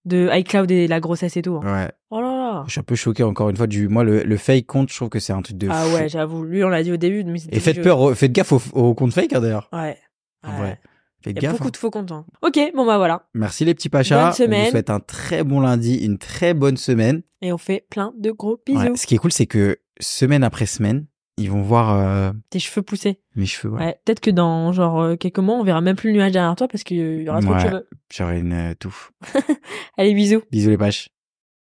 de iCloud et la grossesse et tout. hein. ouais Oh là là je suis un peu choqué encore une fois du moi le, le fake compte je trouve que c'est un truc de Ah fou. ouais, j'avoue, lui, on l'a dit au début, mais c'était et faites obligé. peur au- faites gaffe au, au compte fake hein, d'ailleurs Ouais. En vrai. Faites Il y a gaffe. beaucoup hein. de faux contents. Ok, bon bah voilà. Merci les petits pachas. Bonne semaine. On vous souhaite un très bon lundi, une très bonne semaine. Et on fait plein de gros bisous. Ouais, Ce qui est cool, c'est que semaine après semaine, ils vont voir euh, Tes cheveux poussés. mes cheveux. Ouais. Ouais. Peut-être que dans genre euh, quelques mois, on verra même plus le nuage derrière toi parce qu'il y aura trop de Ouais. cheveux. J'aurais une euh, touffe. Allez, bisous. Bisous les paches.